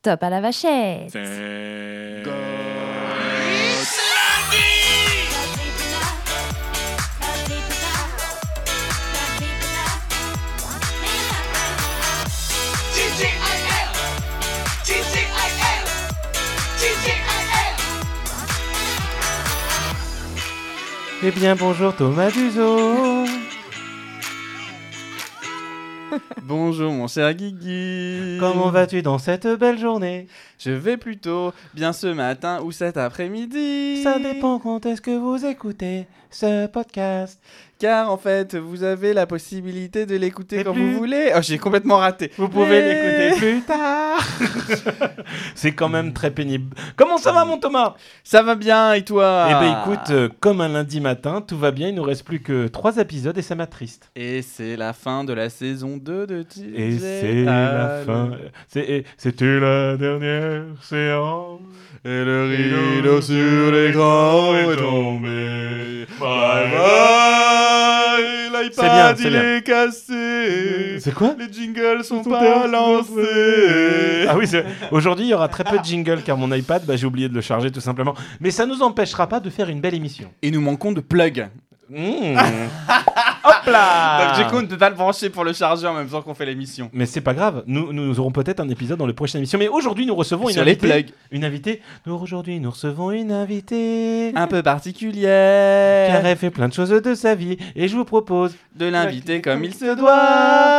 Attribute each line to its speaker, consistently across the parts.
Speaker 1: Stop à la vachette
Speaker 2: Eh bien, bonjour Thomas Duzo.
Speaker 3: Bonjour mon cher Guigui.
Speaker 2: Comment vas-tu dans cette belle journée
Speaker 3: Je vais plutôt bien ce matin ou cet après-midi.
Speaker 2: Ça dépend quand est-ce que vous écoutez ce podcast.
Speaker 3: Car en fait, vous avez la possibilité de l'écouter
Speaker 2: Mais
Speaker 3: quand
Speaker 2: plus.
Speaker 3: vous voulez. Oh, j'ai complètement raté.
Speaker 2: Vous pouvez
Speaker 3: Mais-
Speaker 2: l'écouter plus tard. C'est quand même très pénible. Comment ça va, mon Thomas
Speaker 3: Ça va bien et toi
Speaker 2: Eh ben, écoute, euh, comme un lundi matin, tout va bien. Il nous reste plus que trois épisodes et ça m'attriste.
Speaker 3: Et c'est la fin de la saison 2 de DJ.
Speaker 2: Et c'est la
Speaker 3: Al.
Speaker 2: fin. C'est- et- C'était la dernière séance.
Speaker 3: Et le rideau sur l'écran est tombé. Bye bye.
Speaker 2: C'est bien,
Speaker 3: L'iPad
Speaker 2: c'est
Speaker 3: il
Speaker 2: bien.
Speaker 3: est cassé.
Speaker 2: C'est quoi
Speaker 3: Les jingles sont
Speaker 2: Tout
Speaker 3: pas
Speaker 2: est
Speaker 3: lancés.
Speaker 2: Ah oui, c'est- aujourd'hui il y aura très peu de jingle car mon iPad, bah, j'ai oublié de le charger tout simplement. Mais ça nous empêchera pas de faire une belle émission.
Speaker 3: Et nous manquons de plug.
Speaker 2: Mmh. Hop là
Speaker 3: Donc du coup, on ne peut pas le brancher pour le chargeur en même temps qu'on fait l'émission.
Speaker 2: Mais c'est pas grave, nous, nous aurons peut-être un épisode dans le prochaine émission. Mais aujourd'hui nous recevons une
Speaker 3: Sur les
Speaker 2: invitée.
Speaker 3: plugs.
Speaker 2: Une invitée. Nous aujourd'hui nous recevons une invitée.
Speaker 3: Un peu particulière.
Speaker 2: Car elle fait plein de choses de sa vie et je vous propose
Speaker 3: De l'inviter comme il se doit.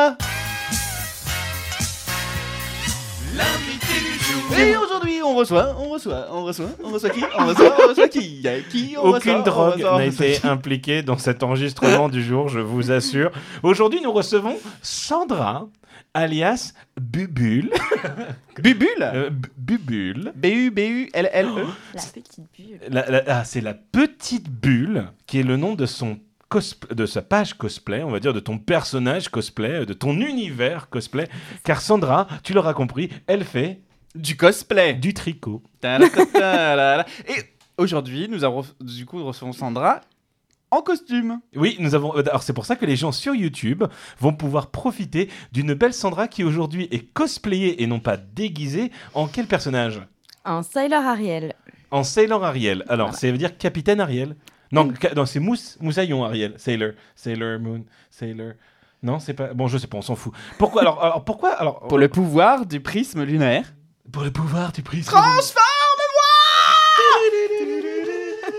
Speaker 2: doit.
Speaker 3: Et aujourd'hui, on reçoit, on reçoit, on reçoit, on reçoit qui On reçoit, on reçoit qui Euh, Qui on reçoit,
Speaker 2: Aucune
Speaker 3: on
Speaker 2: drogue
Speaker 3: reçoit, on
Speaker 2: n'a
Speaker 3: reçoit
Speaker 2: été
Speaker 3: qui
Speaker 2: impliquée dans cet enregistrement du jour, je vous assure. Aujourd'hui, nous recevons Sandra, alias Bubule.
Speaker 3: Bubule
Speaker 2: Euh, Bu- Bubule.
Speaker 3: B-U-B-U-L-L-E.
Speaker 1: La petite bulle.
Speaker 2: La- la- ah, c'est la petite bulle qui est le nom de son cosp- de sa page cosplay, on va dire de ton personnage cosplay, euh, de ton univers cosplay, car Sandra, tu l'auras compris, elle fait
Speaker 3: Du cosplay.
Speaker 2: du tricot.
Speaker 3: Ta-la-ta-ta-la-la. Et aujourd'hui, nous avons du coup nous recevons Sandra en costume.
Speaker 2: Oui, nous avons. euh, Alors c'est pour ça que les gens sur YouTube vont pouvoir profiter d'une belle Sandra qui aujourd'hui est cosplayée et non pas déguisée en quel personnage
Speaker 1: Un Sailor Ariel.
Speaker 2: En Sailor Ariel. Alors ça veut dire Capitaine Ariel.
Speaker 3: Mm.
Speaker 2: Non, ca- non c'est Mousse, Moussaillon Ariel. Sailor, Sailor Moon, Sailor. Non, c'est pas. Bon, je sais pas, on s'en fout. Pourquoi alors, alors pourquoi alors
Speaker 3: Pour le pouvoir du prisme lunaire.
Speaker 2: pour le pouvoir du prix.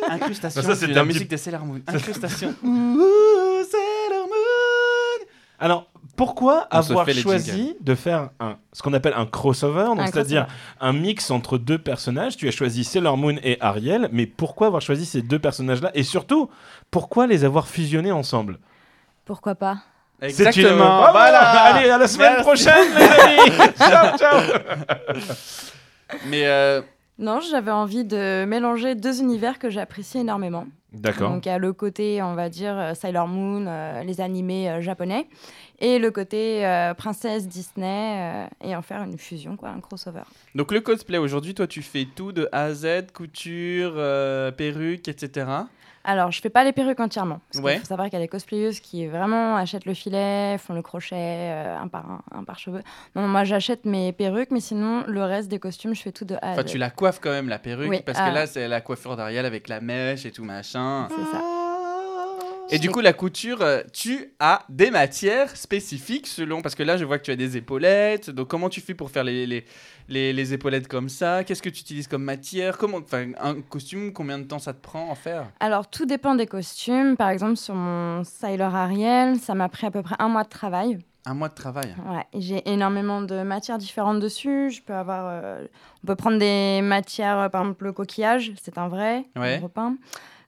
Speaker 3: Incrustation.
Speaker 2: Ça, c'est
Speaker 3: de la
Speaker 2: un petit-
Speaker 3: musique des Sailor Moon. Incrustation. Oh,
Speaker 2: Alors, pourquoi
Speaker 3: On se
Speaker 2: avoir
Speaker 3: fait les
Speaker 2: choisi de faire un, ce qu'on appelle un crossover, donc
Speaker 1: Un
Speaker 2: c'est-à-dire un mix entre deux personnages Tu as choisi Sailor Moon et Ariel, mais pourquoi avoir choisi ces deux personnages-là Et surtout, pourquoi les avoir fusionnés ensemble
Speaker 1: Pourquoi pas
Speaker 2: C'est une-
Speaker 3: Exactement.
Speaker 2: Bravo
Speaker 3: Ah, Voilà.
Speaker 2: Allez, à la semaine
Speaker 3: Merci.
Speaker 2: prochaine, les amis Ciao, ciao
Speaker 3: Mais euh,
Speaker 1: Non, j'avais envie de mélanger deux univers que j'apprécie énormément.
Speaker 2: D'accord.
Speaker 1: Donc, il y a le côté, on va dire, euh, Sailor Moon, euh, les animés euh, japonais, et le côté euh, princesse Disney, euh, et en faire une fusion, quoi, un crossover.
Speaker 3: donc le cosplay aujourd'hui, toi tu fais tout de A à Z, couture, euh, perruque, etc.
Speaker 1: Alors, je fais pas les perruques entièrement. Parce
Speaker 3: Ouais.
Speaker 1: qu'il faut savoir qu'il y a des cosplayeuses qui vraiment achètent le filet, font le crochet, euh, un par un, un par cheveux. Non, moi j'achète mes perruques, mais sinon le reste des costumes, je fais tout de A à
Speaker 3: Enfin
Speaker 1: Z.
Speaker 3: tu la coiffes quand même la perruque
Speaker 1: Ah, Oui,
Speaker 3: parce
Speaker 1: ah.
Speaker 3: que là c'est la coiffure d'Ariel avec la mèche et tout machin.
Speaker 1: C'est ça.
Speaker 3: Et du coup la couture, euh, tu as des matières spécifiques selon parce que là je vois que tu as des épaulettes. Donc comment tu fais pour faire les les, les, les épaulettes comme ça Qu'est-ce que tu utilises comme matière Comment enfin un costume combien de temps ça te prend à en faire
Speaker 1: Alors, tout dépend des costumes. Par exemple, sur mon Sailor Ariel, ça m'a pris à peu près un mois de travail.
Speaker 3: Un mois de travail.
Speaker 1: Ouais, et j'ai énormément de matières différentes dessus. Je peux avoir, euh, on peut prendre des matières, euh, par exemple le coquillage, c'est un vrai,
Speaker 3: Ouais.
Speaker 1: un repeint.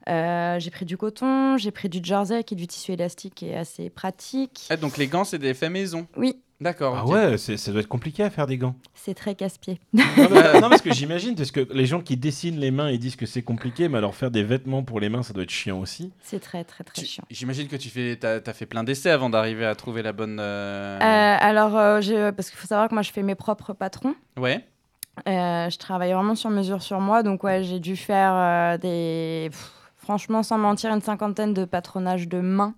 Speaker 1: Euh, j'ai pris du coton, j'ai pris du jersey qui est du tissu élastique qui est assez pratique.
Speaker 3: Ah, donc les gants c'est des faits maison.
Speaker 1: Oui,
Speaker 3: D'accord.
Speaker 2: Ah
Speaker 3: ok.
Speaker 2: ouais, c'est- ça doit être compliqué à faire des gants.
Speaker 1: c'est très casse-pied.
Speaker 2: non, mais- non, parce que j'imagine, parce que les gens qui dessinent les mains et disent que c'est compliqué, mais alors faire des vêtements pour les mains, ça doit être chiant aussi.
Speaker 1: C'est très très très
Speaker 3: Tu-
Speaker 1: chiant.
Speaker 3: J'imagine que tu fais, t'as, t'as fait plein d'essais avant d'arriver à trouver la bonne. euh,
Speaker 1: Euh, alors, euh, j'ai- parce qu'il faut savoir que moi je fais mes propres patrons.
Speaker 3: Ouais.
Speaker 1: Euh, je travaille vraiment sur mesure sur moi, donc ouais, j'ai dû faire euh, des. pff, franchement, sans mentir, une cinquantaine de patronages de mains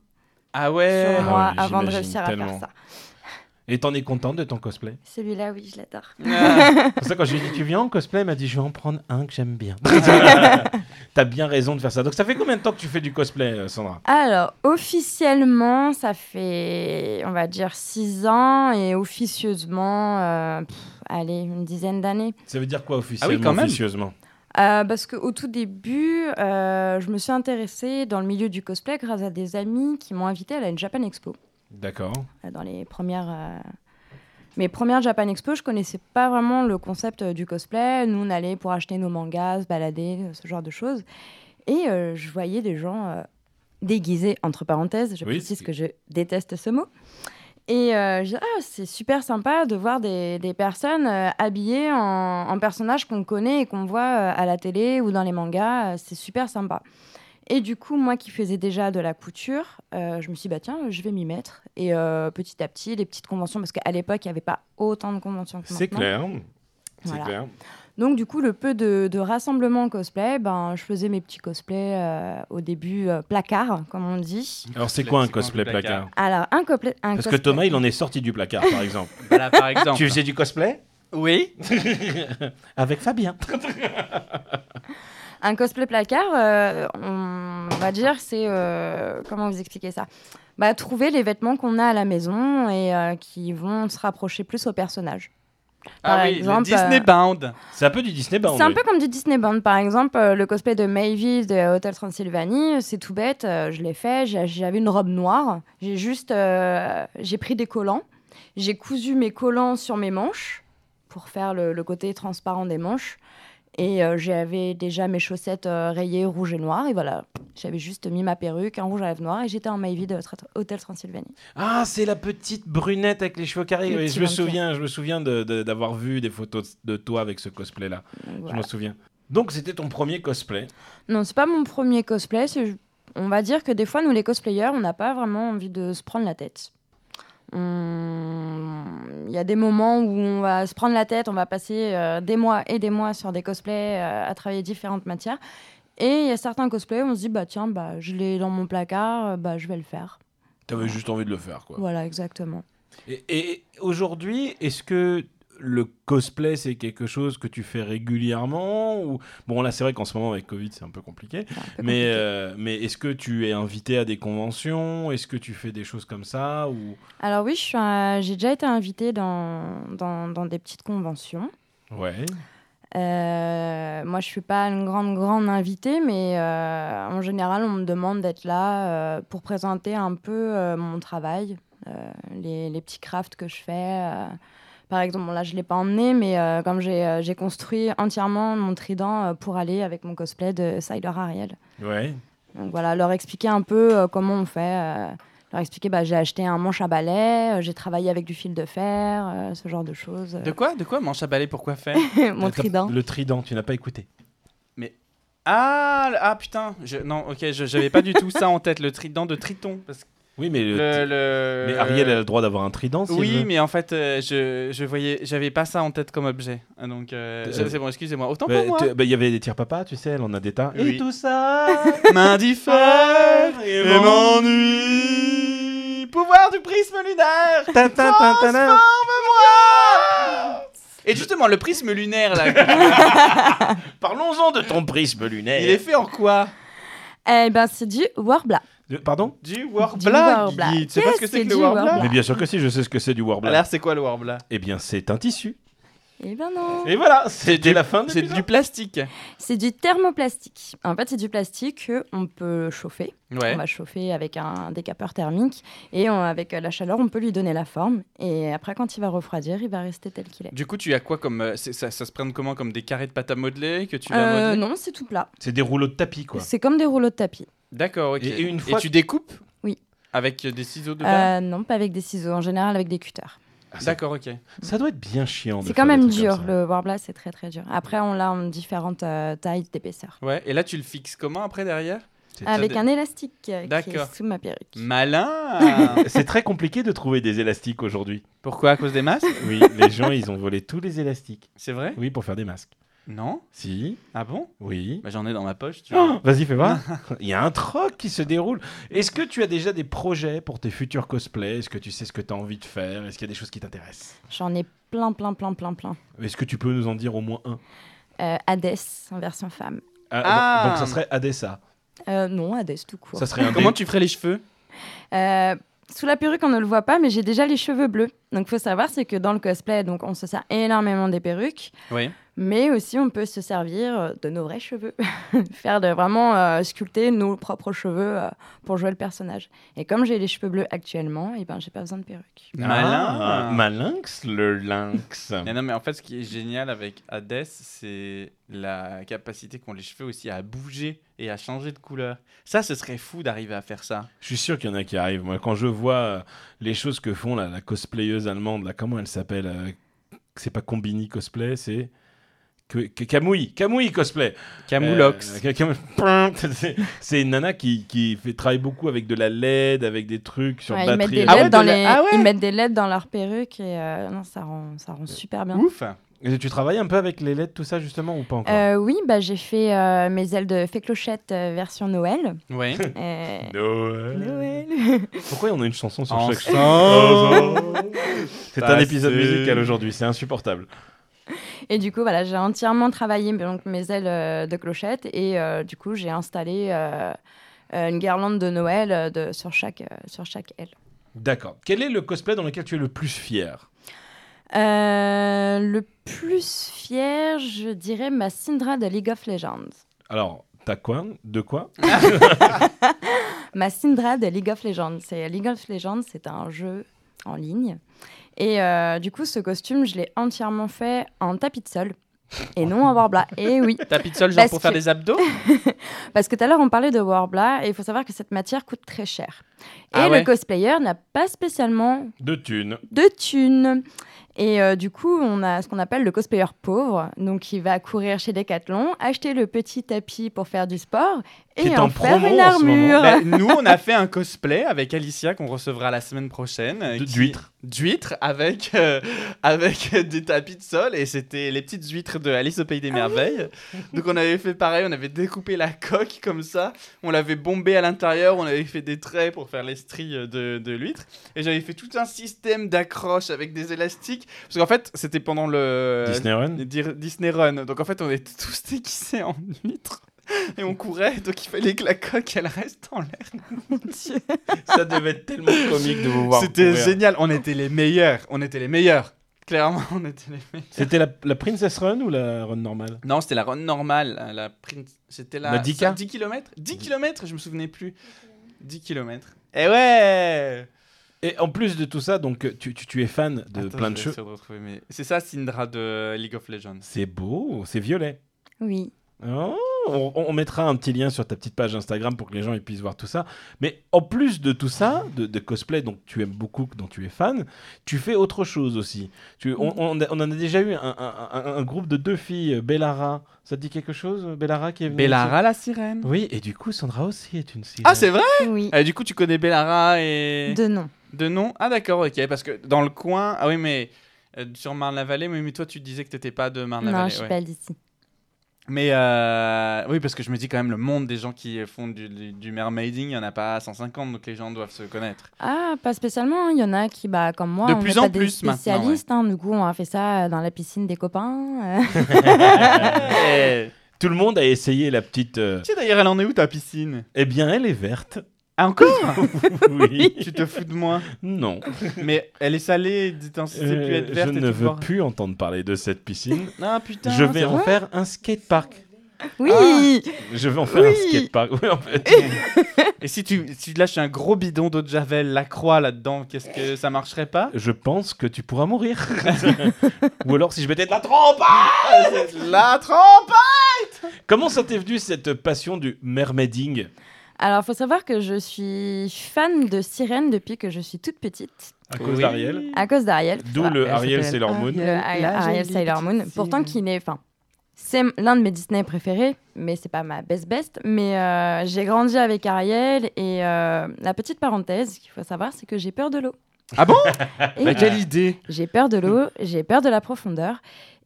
Speaker 3: Ah ouais.
Speaker 1: sur moi
Speaker 2: Ah ouais,
Speaker 1: avant de
Speaker 2: j'imagine
Speaker 1: réussir à
Speaker 2: tellement.
Speaker 1: faire ça.
Speaker 2: Et t'en es contente de ton cosplay
Speaker 1: Celui-là, oui, je l'adore.
Speaker 3: Ah,
Speaker 2: C'est pour ça quand j'ai dit tu viens en cosplay, elle m'a dit je vais en prendre un que j'aime bien. T'as bien raison de faire ça. Donc ça fait combien de temps que tu fais du cosplay, euh, Sandra
Speaker 1: Alors, officiellement, ça fait, on va dire, six ans et officieusement, euh, pff, allez, une dizaine d'années.
Speaker 2: Ça veut dire quoi officiellement
Speaker 3: Ah oui, quand même.
Speaker 2: officieusement
Speaker 1: Euh, parce qu'au tout début, euh, je me suis intéressée dans le milieu du cosplay grâce à des amis qui m'ont invitée à la Japan Expo.
Speaker 2: D'accord.
Speaker 1: Euh, Dans les premières. euh, Mes premières Japan Expo, je connaissais pas vraiment le concept euh, du cosplay. Nous, on allait pour acheter nos mangas, se balader, euh, ce genre de choses. Et euh, je voyais des gens euh, déguisés, entre parenthèses. Je
Speaker 2: Oui,
Speaker 1: précise
Speaker 2: c'est-
Speaker 1: que je déteste ce mot. Et euh, je dis, ah, c'est super sympa de voir des, des personnes euh, habillées en, en personnages qu'on connaît et qu'on voit euh, à la télé ou dans les mangas. Euh, c'est super sympa. Et du coup, moi qui faisais déjà de la couture, euh, je me suis dit, bah tiens, je vais m'y mettre. Et euh, petit à petit, les petites conventions, parce qu'à l'époque, il n'y avait pas autant de conventions que
Speaker 2: C'est
Speaker 1: maintenant.
Speaker 2: clair. C'est
Speaker 1: Voilà.
Speaker 2: clair.
Speaker 1: Donc du coup, le peu de, de rassemblements cosplay, ben, je faisais mes petits cosplays euh, au début euh, placard, comme on dit.
Speaker 2: Alors c'est quoi un cosplay placard
Speaker 1: Alors, un, cosplay- un
Speaker 2: Parce que
Speaker 1: cosplay-
Speaker 2: Thomas, il en est sorti du placard, par exemple.
Speaker 3: Voilà, par exemple.
Speaker 2: tu faisais du cosplay
Speaker 3: Oui.
Speaker 2: Avec Fabien.
Speaker 1: Un cosplay placard, euh, on va dire, c'est... euh, comment vous expliquer ça bah, Trouver les vêtements qu'on a à la maison et euh, qui vont se rapprocher plus au personnage. Par
Speaker 3: Ah oui, le
Speaker 1: exemple,
Speaker 3: Disney
Speaker 1: euh,
Speaker 3: Bound.
Speaker 2: C'est un peu du Disney Bound.
Speaker 1: C'est un
Speaker 2: oui.
Speaker 1: peu comme du Disney Band, par exemple, euh, le cosplay de Mavis de Hotel Transylvanie, c'est tout bête, euh, je l'ai fait, j'ai- j'avais une robe noire, j'ai juste, euh, j'ai pris des collants, j'ai cousu mes collants sur mes manches pour faire le, le côté transparent des manches, et euh, j'avais déjà mes chaussettes euh, rayées rouge et noir, et voilà, j'avais juste mis ma perruque, un rouge à lèvres noir, et j'étais en Mavis de Hotel- Hotel Transylvanie.
Speaker 2: Ah, c'est la petite brunette avec les cheveux carrés.
Speaker 1: Le
Speaker 2: Oui,
Speaker 1: petit
Speaker 2: je me
Speaker 1: vampire.
Speaker 2: souviens, je me souviens de- de- d'avoir vu des photos de toi avec ce cosplay-là.
Speaker 1: Donc,
Speaker 2: Je
Speaker 1: voilà.
Speaker 2: m'en souviens. Donc c'était ton premier cosplay.
Speaker 1: Non, c'est pas mon premier cosplay. c'est- On va dire que des fois, nous, les cosplayers, on n'a pas vraiment envie de se prendre la tête. On- Il y a des moments où on va se prendre la tête, on va passer euh, des mois et des mois sur des cosplays euh, à travailler différentes matières. Et il y a certains cosplays, on se dit, bah tiens, bah, je l'ai dans mon placard, euh, bah, je vais le faire.
Speaker 2: T'avais juste envie de le faire, quoi.
Speaker 1: Voilà, exactement.
Speaker 2: Et, et aujourd'hui, est-ce que le cosplay, c'est quelque chose que tu fais régulièrement ou... Bon, là, c'est vrai qu'en ce moment, avec Covid, c'est un peu compliqué.
Speaker 1: C'est un peu
Speaker 2: Mais,
Speaker 1: compliqué.
Speaker 2: euh, mais est-ce que tu es invité à des conventions Est-ce que tu fais des choses comme ça ou...
Speaker 1: Alors oui, je suis, euh, j'ai déjà été invitée dans- dans, dans des petites conventions.
Speaker 2: Ouais.
Speaker 1: Euh, moi, je suis pas une grande, grande invitée, mais euh, en général, on me demande d'être là euh, pour présenter un peu euh, mon travail, euh, les, les petits crafts que je fais. euh. Par exemple, bon, là, je l'ai pas emmené, mais euh, comme j'ai euh, j'ai construit entièrement mon trident euh, pour aller avec mon cosplay de Sailor Ariel.
Speaker 2: Ouais.
Speaker 1: Donc voilà, leur expliquer un peu euh, comment on fait. euh, leur expliquer, bah, j'ai acheté un manche à balai, euh, j'ai travaillé avec du fil de fer, euh, ce genre de choses.
Speaker 3: De quoi De quoi Manche à balai, pourquoi faire
Speaker 1: mon
Speaker 2: T'as-
Speaker 1: trident.
Speaker 2: Le trident, tu n'as pas écouté.
Speaker 3: Ah, le- ah putain, je- non, ok, je- j'avais pas du tout ça en tête, le trident de Triton. Parce que
Speaker 2: Oui, mais, le
Speaker 3: le,
Speaker 2: tri-
Speaker 3: le-
Speaker 2: mais Ariel a le droit d'avoir un trident. si elle
Speaker 3: Oui,
Speaker 2: veut.
Speaker 3: mais en fait, euh, je, je voyais, j'avais pas ça en tête comme objet. Ah, Donc, euh,
Speaker 2: Euh,
Speaker 3: c'est c'est bon, excusez-moi. Autant
Speaker 2: Bah,
Speaker 3: pour moi.
Speaker 2: tu- bah, Il y avait des tirs papa, tu sais, elle en a des tas.
Speaker 3: Oui.
Speaker 2: Et tout ça
Speaker 3: Main diffère
Speaker 2: Et
Speaker 3: et
Speaker 2: mon-
Speaker 3: m'ennuie. Pouvoir du prisme lunaire.
Speaker 2: Ta- ta- ta- ta- ta-
Speaker 3: Transforme-moi. Et justement, le prisme lunaire, là,
Speaker 2: Parlons-en de ton prisme lunaire.
Speaker 3: il est fait en quoi
Speaker 1: Eh ben, c'est du warbla.
Speaker 2: De- Pardon
Speaker 3: Du
Speaker 1: Du
Speaker 3: warbla.
Speaker 1: warbla.
Speaker 3: Guigui. Tu sais pas ce que
Speaker 1: Qu'est-ce
Speaker 3: c'est
Speaker 1: que
Speaker 3: que le
Speaker 1: du
Speaker 3: warbla
Speaker 1: warbla
Speaker 2: Mais bien sûr que si, je sais ce que c'est du warbler.
Speaker 3: Alors, c'est quoi le warbla
Speaker 2: Eh bien, c'est un tissu.
Speaker 1: Eh ben non.
Speaker 2: Et voilà, c'était
Speaker 3: du-
Speaker 2: la fin de
Speaker 3: C'est du plastique.
Speaker 1: C'est du thermoplastique. En fait, c'est du plastique qu'on peut chauffer.
Speaker 3: Ouais.
Speaker 1: On va chauffer avec un décapeur thermique et on- avec euh, la chaleur, on peut lui donner la forme. Et après, quand il va refroidir, il va rester tel qu'il est.
Speaker 3: Du coup, tu as quoi comme euh, c'est- ça, ça se prend comment comme des carrés de pâte à modeler que tu vas
Speaker 1: Euh,
Speaker 3: modeler
Speaker 1: non, c'est tout plat.
Speaker 2: C'est des rouleaux de tapis, quoi.
Speaker 1: C'est comme des rouleaux de tapis.
Speaker 3: D'accord. ok.
Speaker 2: Et- et une fois
Speaker 3: tu découpes
Speaker 1: Oui.
Speaker 3: Avec euh, des ciseaux de table
Speaker 1: Euh, non, pas avec des ciseaux, en général avec des cutters.
Speaker 2: Ah,
Speaker 3: D'accord, ok.
Speaker 2: Ça doit être bien chiant. de
Speaker 1: C'est
Speaker 2: faire
Speaker 1: quand
Speaker 2: bah, des
Speaker 1: même
Speaker 2: trucs
Speaker 1: dur,
Speaker 2: comme ça.
Speaker 1: le warbla, c'est très très dur. Après, on l'a en différentes euh, tailles d'épaisseur.
Speaker 3: Ouais. Et là, tu le fixes comment après derrière
Speaker 2: C'est-
Speaker 1: Avec
Speaker 3: des-
Speaker 1: un élastique euh, qui
Speaker 3: D'accord.
Speaker 1: est sous ma perruque.
Speaker 2: Mm.
Speaker 3: Malin.
Speaker 2: C'est très compliqué de trouver des élastiques aujourd'hui.
Speaker 3: Pourquoi À cause des masques
Speaker 2: Oui, les gens, ils ont volé tous les élastiques.
Speaker 3: C'est vrai
Speaker 2: Oui, pour faire des masques.
Speaker 3: Non
Speaker 2: Si,
Speaker 3: Ah bon
Speaker 2: oui.
Speaker 3: bah, J'en ai dans ma poche, tu vois.
Speaker 2: Oh, Vas-y, fais voir. Il y a un troc qui se déroule. Est-ce que tu as déjà des projets pour tes futurs cosplays Est-ce que tu sais ce que tu as envie de faire Est-ce qu'il y a des choses qui t'intéressent
Speaker 1: J'en ai plein, plein, plein, plein, plein.
Speaker 2: Est-ce que tu peux nous en dire au moins un
Speaker 1: Euh, Hades en version femme.
Speaker 2: Ah,
Speaker 3: Ah.
Speaker 2: Donc ça serait Adessa.
Speaker 1: Euh, non, Hades tout court.
Speaker 2: Ça serait un
Speaker 3: Comment
Speaker 2: dé-
Speaker 3: tu ferais les cheveux
Speaker 1: Euh, sous la perruque, on ne le voit pas, mais j'ai déjà les cheveux bleus. Donc, faut savoir, c'est que dans le cosplay, donc on se sert énormément des perruques.
Speaker 3: Oui.
Speaker 1: Mais aussi, on peut se servir euh, de nos vrais cheveux, faire de vraiment euh, sculpter nos propres cheveux euh, pour jouer le personnage. Et comme j'ai les cheveux bleus actuellement, et ben j'ai pas besoin de perruque.
Speaker 3: Malin.
Speaker 2: Ah, Malinx, le lynx.
Speaker 3: Mais non, mais en fait, ce qui est génial avec Hades, c'est la capacité qu'ont les cheveux aussi à bouger et à changer de couleur. Ça, ce serait fou d'arriver à faire ça.
Speaker 2: Je suis sûr qu'il y en a qui arrivent. Moi, quand je vois euh, les choses que font la, la cosplayeuse allemande, là, comment elle s'appelle euh, C'est pas Combini cosplay, c'est que, que- Camouille, Camouille cosplay.
Speaker 3: Camoulox.
Speaker 2: Euh, que- Cam- C'est- c'est une nana qui, qui fait travaille beaucoup avec de la LED, avec des trucs sur
Speaker 1: Ouais, ils, mettent
Speaker 2: batterie.
Speaker 1: des
Speaker 3: Ah ouais,
Speaker 1: LED dans
Speaker 3: de la-
Speaker 1: les-
Speaker 3: ah ouais
Speaker 1: ils mettent des LED dans leurs perruques et euh, non, ça rend, ça rend super bien.
Speaker 3: Ouf
Speaker 2: Et Ah tu travailles un peu avec les LED, tout ça justement ou pas encore
Speaker 1: Euh, oui, bah, j'ai fait euh, mes ailes de fée clochette euh, version Noël.
Speaker 3: Oui.
Speaker 1: Euh,
Speaker 2: Noël. Pourquoi on a une chanson sur chaque chose
Speaker 3: Ensemble.
Speaker 2: C'est
Speaker 3: Ça,
Speaker 2: un épisode
Speaker 3: c'est-
Speaker 2: musical aujourd'hui, c'est insupportable.
Speaker 1: Et du coup, voilà, j'ai entièrement travaillé donc, mes ailes euh, de clochette et euh, du coup, j'ai installé euh, euh, une guirlande de Noël euh, de, sur, chaque, euh, sur chaque aile.
Speaker 2: D'accord. Quel est le cosplay dans lequel tu es le plus fier
Speaker 1: Euh, le plus fier, je dirais ma Syndra de League of Legends.
Speaker 2: Alors, t'as quoi De quoi
Speaker 1: Ma Syndra de League of Legends. C'est League of Legends, c'est un jeu en ligne. Et euh, du coup, ce costume, je l'ai entièrement fait en tapis de sol et non en warbla. Et oui,
Speaker 3: Tapis de sol, genre
Speaker 1: Parce
Speaker 3: pour faire
Speaker 1: que-
Speaker 3: des abdos
Speaker 1: Parce que tout à l'heure, on parlait de Warbla, et il faut savoir que cette matière coûte très cher. Et
Speaker 3: Ah ouais.
Speaker 1: le cosplayer n'a pas spécialement
Speaker 2: De thunes.
Speaker 1: de thunes. Et euh, du coup, on a ce qu'on appelle le cosplayer pauvre, donc il va courir chez Decathlon, acheter le petit tapis pour faire du sport
Speaker 2: Qui
Speaker 1: et
Speaker 2: est
Speaker 1: en,
Speaker 2: en
Speaker 1: faire
Speaker 2: promo
Speaker 1: une
Speaker 2: en ce
Speaker 1: armure.
Speaker 2: moment.
Speaker 3: Bah, Nous, on a fait un cosplay avec Alicia qu'on recevra la semaine prochaine. euh,
Speaker 2: De-
Speaker 3: qui-
Speaker 2: d'huîtres.
Speaker 3: D'huîtres avec, euh, avec des tapis de sol et c'était les petites huîtres de Alice au Pays des Merveilles. Donc on avait fait pareil, on avait découpé la coque comme ça, on l'avait bombée à l'intérieur, on avait fait des traits pour faire les stries euh, de, de l'huître et j'avais fait tout un système d'accroche avec des élastiques parce qu'en fait c'était pendant le
Speaker 2: Disney Run
Speaker 3: Dir- Disney Run. Donc en fait, on était tous déguisés en huîtres et on courait. Donc il fallait que la coque elle reste en l'air.
Speaker 2: Ça devait être tellement comique de vous voir.
Speaker 3: C'était
Speaker 2: courir.
Speaker 3: génial. On était les meilleurs. On était les meilleurs. Clairement, on était les meilleurs.
Speaker 2: C'était la, la Princess Run ou la Run normale
Speaker 3: Non, c'était la run normale. euh, La print... C'était la,
Speaker 2: La 10K?
Speaker 3: 10 km 10 km Je me souvenais plus. 10 km. Et Eh ouais
Speaker 2: Et en plus de tout ça, donc euh, tu, tu- tu es fan de
Speaker 3: Attends,
Speaker 2: plein
Speaker 3: je vais
Speaker 2: de choses.
Speaker 3: essayer de retrouver mes- C'est ça, Syndra de League of Legends.
Speaker 2: C'est beau, c'est violet.
Speaker 1: Oui.
Speaker 2: Oh, on, on mettra un petit lien sur ta petite page Instagram pour que les gens ils puissent voir tout ça. Mais en plus de tout ça, de, de cosplay dont tu aimes beaucoup, dont tu es fan, tu fais autre chose aussi. Tu, on, on a- on en a déjà eu un, un- un- un groupe de deux filles, Bellara. Ça te dit quelque chose, Bellara qui est venue ici
Speaker 3: Bellara la sirène.
Speaker 2: Oui, et du coup, Sandra aussi est une sirène.
Speaker 3: Ah, c'est vrai
Speaker 1: Oui.
Speaker 3: Et Du coup, tu connais Bellara et.
Speaker 1: De nom.
Speaker 3: De nom Ah d'accord, ok, parce que dans le coin... Ah oui, mais euh, sur Marne-la-Vallée, mais, mais toi tu disais que t'étais pas de
Speaker 1: Non, je
Speaker 3: Marne-la-Vallée.
Speaker 1: suis
Speaker 3: ouais.
Speaker 1: pas d'ici.
Speaker 3: Mais euh, oui, parce que je me dis quand même, le monde des gens qui font du, du, du mermaiding, il n'y en a pas 150, donc les gens doivent se connaître.
Speaker 1: Ah, pas spécialement. hein. Il y en a qui, bah, comme moi,
Speaker 3: De
Speaker 1: on
Speaker 3: plus
Speaker 1: n'est
Speaker 3: en
Speaker 1: pas des
Speaker 3: plus maintenant, ouais.
Speaker 1: spécialistes. hein. Du coup, on a fait ça euh, dans la piscine des copains. euh.
Speaker 3: Ah.
Speaker 1: Ah.
Speaker 3: Eh,
Speaker 2: Tout le monde a essayé la petite. euh,
Speaker 3: Tu sais d'ailleurs, elle en est où ta piscine
Speaker 2: Eh bien, elle est verte.
Speaker 3: Ah encore
Speaker 2: Oui.
Speaker 3: Tu te fous de moi
Speaker 2: non.
Speaker 3: Mais elle est salée, dis-t'en, si c'est
Speaker 2: Euh,
Speaker 3: plus être verte
Speaker 2: je
Speaker 3: et
Speaker 2: ne
Speaker 3: tout
Speaker 2: veux
Speaker 3: fort.
Speaker 2: plus entendre parler de cette piscine.
Speaker 3: Ah putain,
Speaker 2: je vais
Speaker 3: c'est
Speaker 2: en
Speaker 3: vrai.
Speaker 2: faire un skatepark.
Speaker 1: Oui.
Speaker 2: Je vais en faire un
Speaker 1: Oui.
Speaker 2: skatepark. Oui, en fait.
Speaker 3: Et si tu, si tu lâches un gros bidon d'eau de Javel, la croix là-dedans, qu'est-ce que ça marcherait pas
Speaker 2: Je pense que tu pourras mourir. Ou alors si je mettais de la trompe. ah
Speaker 3: La trempe
Speaker 2: Comment ça t'est venu cette passion du mermaiding
Speaker 1: Alors, faut savoir que je suis fan de sirène depuis que je suis toute petite,
Speaker 2: à cause
Speaker 3: Oui.
Speaker 2: d'Ariel
Speaker 1: à cause d'Ariel.
Speaker 2: D'où
Speaker 1: Voilà.
Speaker 2: le
Speaker 3: Elle
Speaker 2: Ariel
Speaker 3: s'appelle
Speaker 2: Sailor Moon.
Speaker 1: Le Ari- Ariel Sailor Moon. Pourtant, qu'il est. Enfin, c'est l'un de mes Disney préférés, mais c'est pas ma best best. Mais euh, j'ai grandi avec Ariel et euh, la petite parenthèse qu'il faut savoir, c'est que j'ai peur de l'eau.
Speaker 3: Ah bon
Speaker 1: Et euh,
Speaker 3: Mais
Speaker 1: oui,
Speaker 3: quelle idée
Speaker 1: J'ai peur de l'eau, j'ai peur de la profondeur.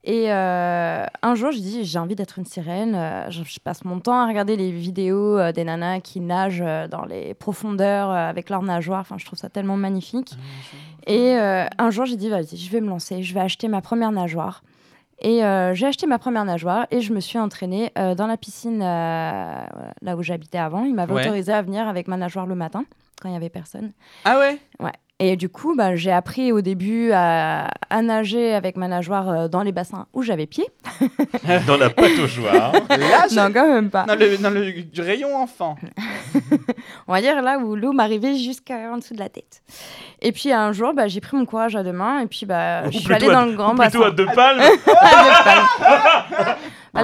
Speaker 1: Et euh, un jour, je dis, j'ai envie d'être une sirène. Euh, je, je passe mon temps à regarder les vidéos euh, des nanas qui nagent euh, dans les profondeurs euh, avec leurs nageoires. Enfin, je trouve ça tellement magnifique. Et euh, un jour, j'ai dit, vas-y, je vais me lancer, je vais acheter ma première nageoire. Et euh, j'ai acheté ma première nageoire et je me suis entraînée euh, dans la piscine euh, là où j'habitais avant. Ils m'avaient
Speaker 3: Ouais.
Speaker 1: autorisé à venir avec ma nageoire le matin quand il n'y avait personne.
Speaker 3: Ah ouais
Speaker 1: Et du coup, bah, j'ai appris au début à, à nager avec ma nageoire euh, dans les bassins où j'avais pied.
Speaker 2: Dans la pataugeoire.
Speaker 3: Là,
Speaker 1: Non, quand même pas.
Speaker 3: dans le, dans le- du rayon enfant.
Speaker 1: On va dire là où l'eau m'arrivait jusqu'à en dessous de la tête. Et puis un jour, bah, j'ai pris mon courage à deux mains et puis bah,
Speaker 2: Ou
Speaker 1: je suis
Speaker 2: plutôt
Speaker 1: allée
Speaker 2: à-
Speaker 1: dans le grand
Speaker 2: ou plutôt à
Speaker 1: bassin.
Speaker 2: deux palmes.
Speaker 1: Ah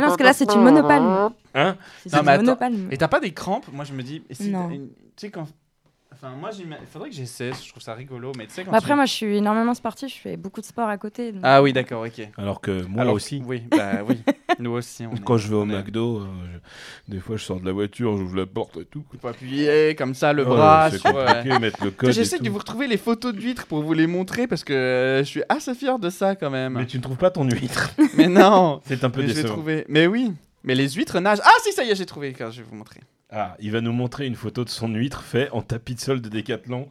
Speaker 1: non, parce que là, c'est une monopalme.
Speaker 2: Hein
Speaker 1: C'est
Speaker 3: Non,
Speaker 1: une
Speaker 3: mais attends.
Speaker 1: monopalme.
Speaker 3: Et t'as pas des crampes Moi, je me dis. et si
Speaker 1: Non.
Speaker 3: t'as une- Tu sais, quand. Enfin, moi, il faudrait que j'essaie, je trouve ça rigolo, mais tu sais, quand.
Speaker 1: Bah,
Speaker 3: tu-
Speaker 1: après, moi, je suis énormément sportive, je fais beaucoup de sport à côté. donc-
Speaker 3: Ah oui, d'accord, ok.
Speaker 2: Alors que moi
Speaker 3: Alors,
Speaker 2: aussi.
Speaker 3: Oui, bah oui. Nous aussi, on. est-
Speaker 2: Quand je vais au
Speaker 3: on est-
Speaker 2: McDo, euh, je- des fois je sors de la voiture, j'ouvre la porte et tout.
Speaker 3: Il faut appuyer comme ça, le
Speaker 2: Oh,
Speaker 3: bras.
Speaker 2: c'est
Speaker 3: sur, euh,
Speaker 2: compliqué, mettre le code. et
Speaker 3: J'essaie de
Speaker 2: tout.
Speaker 3: vous retrouver les photos d'huîtres pour vous les montrer parce que euh, je suis assez fier de ça quand
Speaker 2: Mais
Speaker 3: même.
Speaker 2: tu ne trouves pas ton huître.
Speaker 3: Mais, non
Speaker 2: C'est un peu
Speaker 3: Mais je vais
Speaker 2: décevant.
Speaker 3: trouver. Mais oui Mais les huîtres nagent. Ah si, ça y est, j'ai trouvé. Car je vais vous montrer.
Speaker 2: Ah, il va nous montrer une photo de son huître fait en tapis de sol de Décathlon.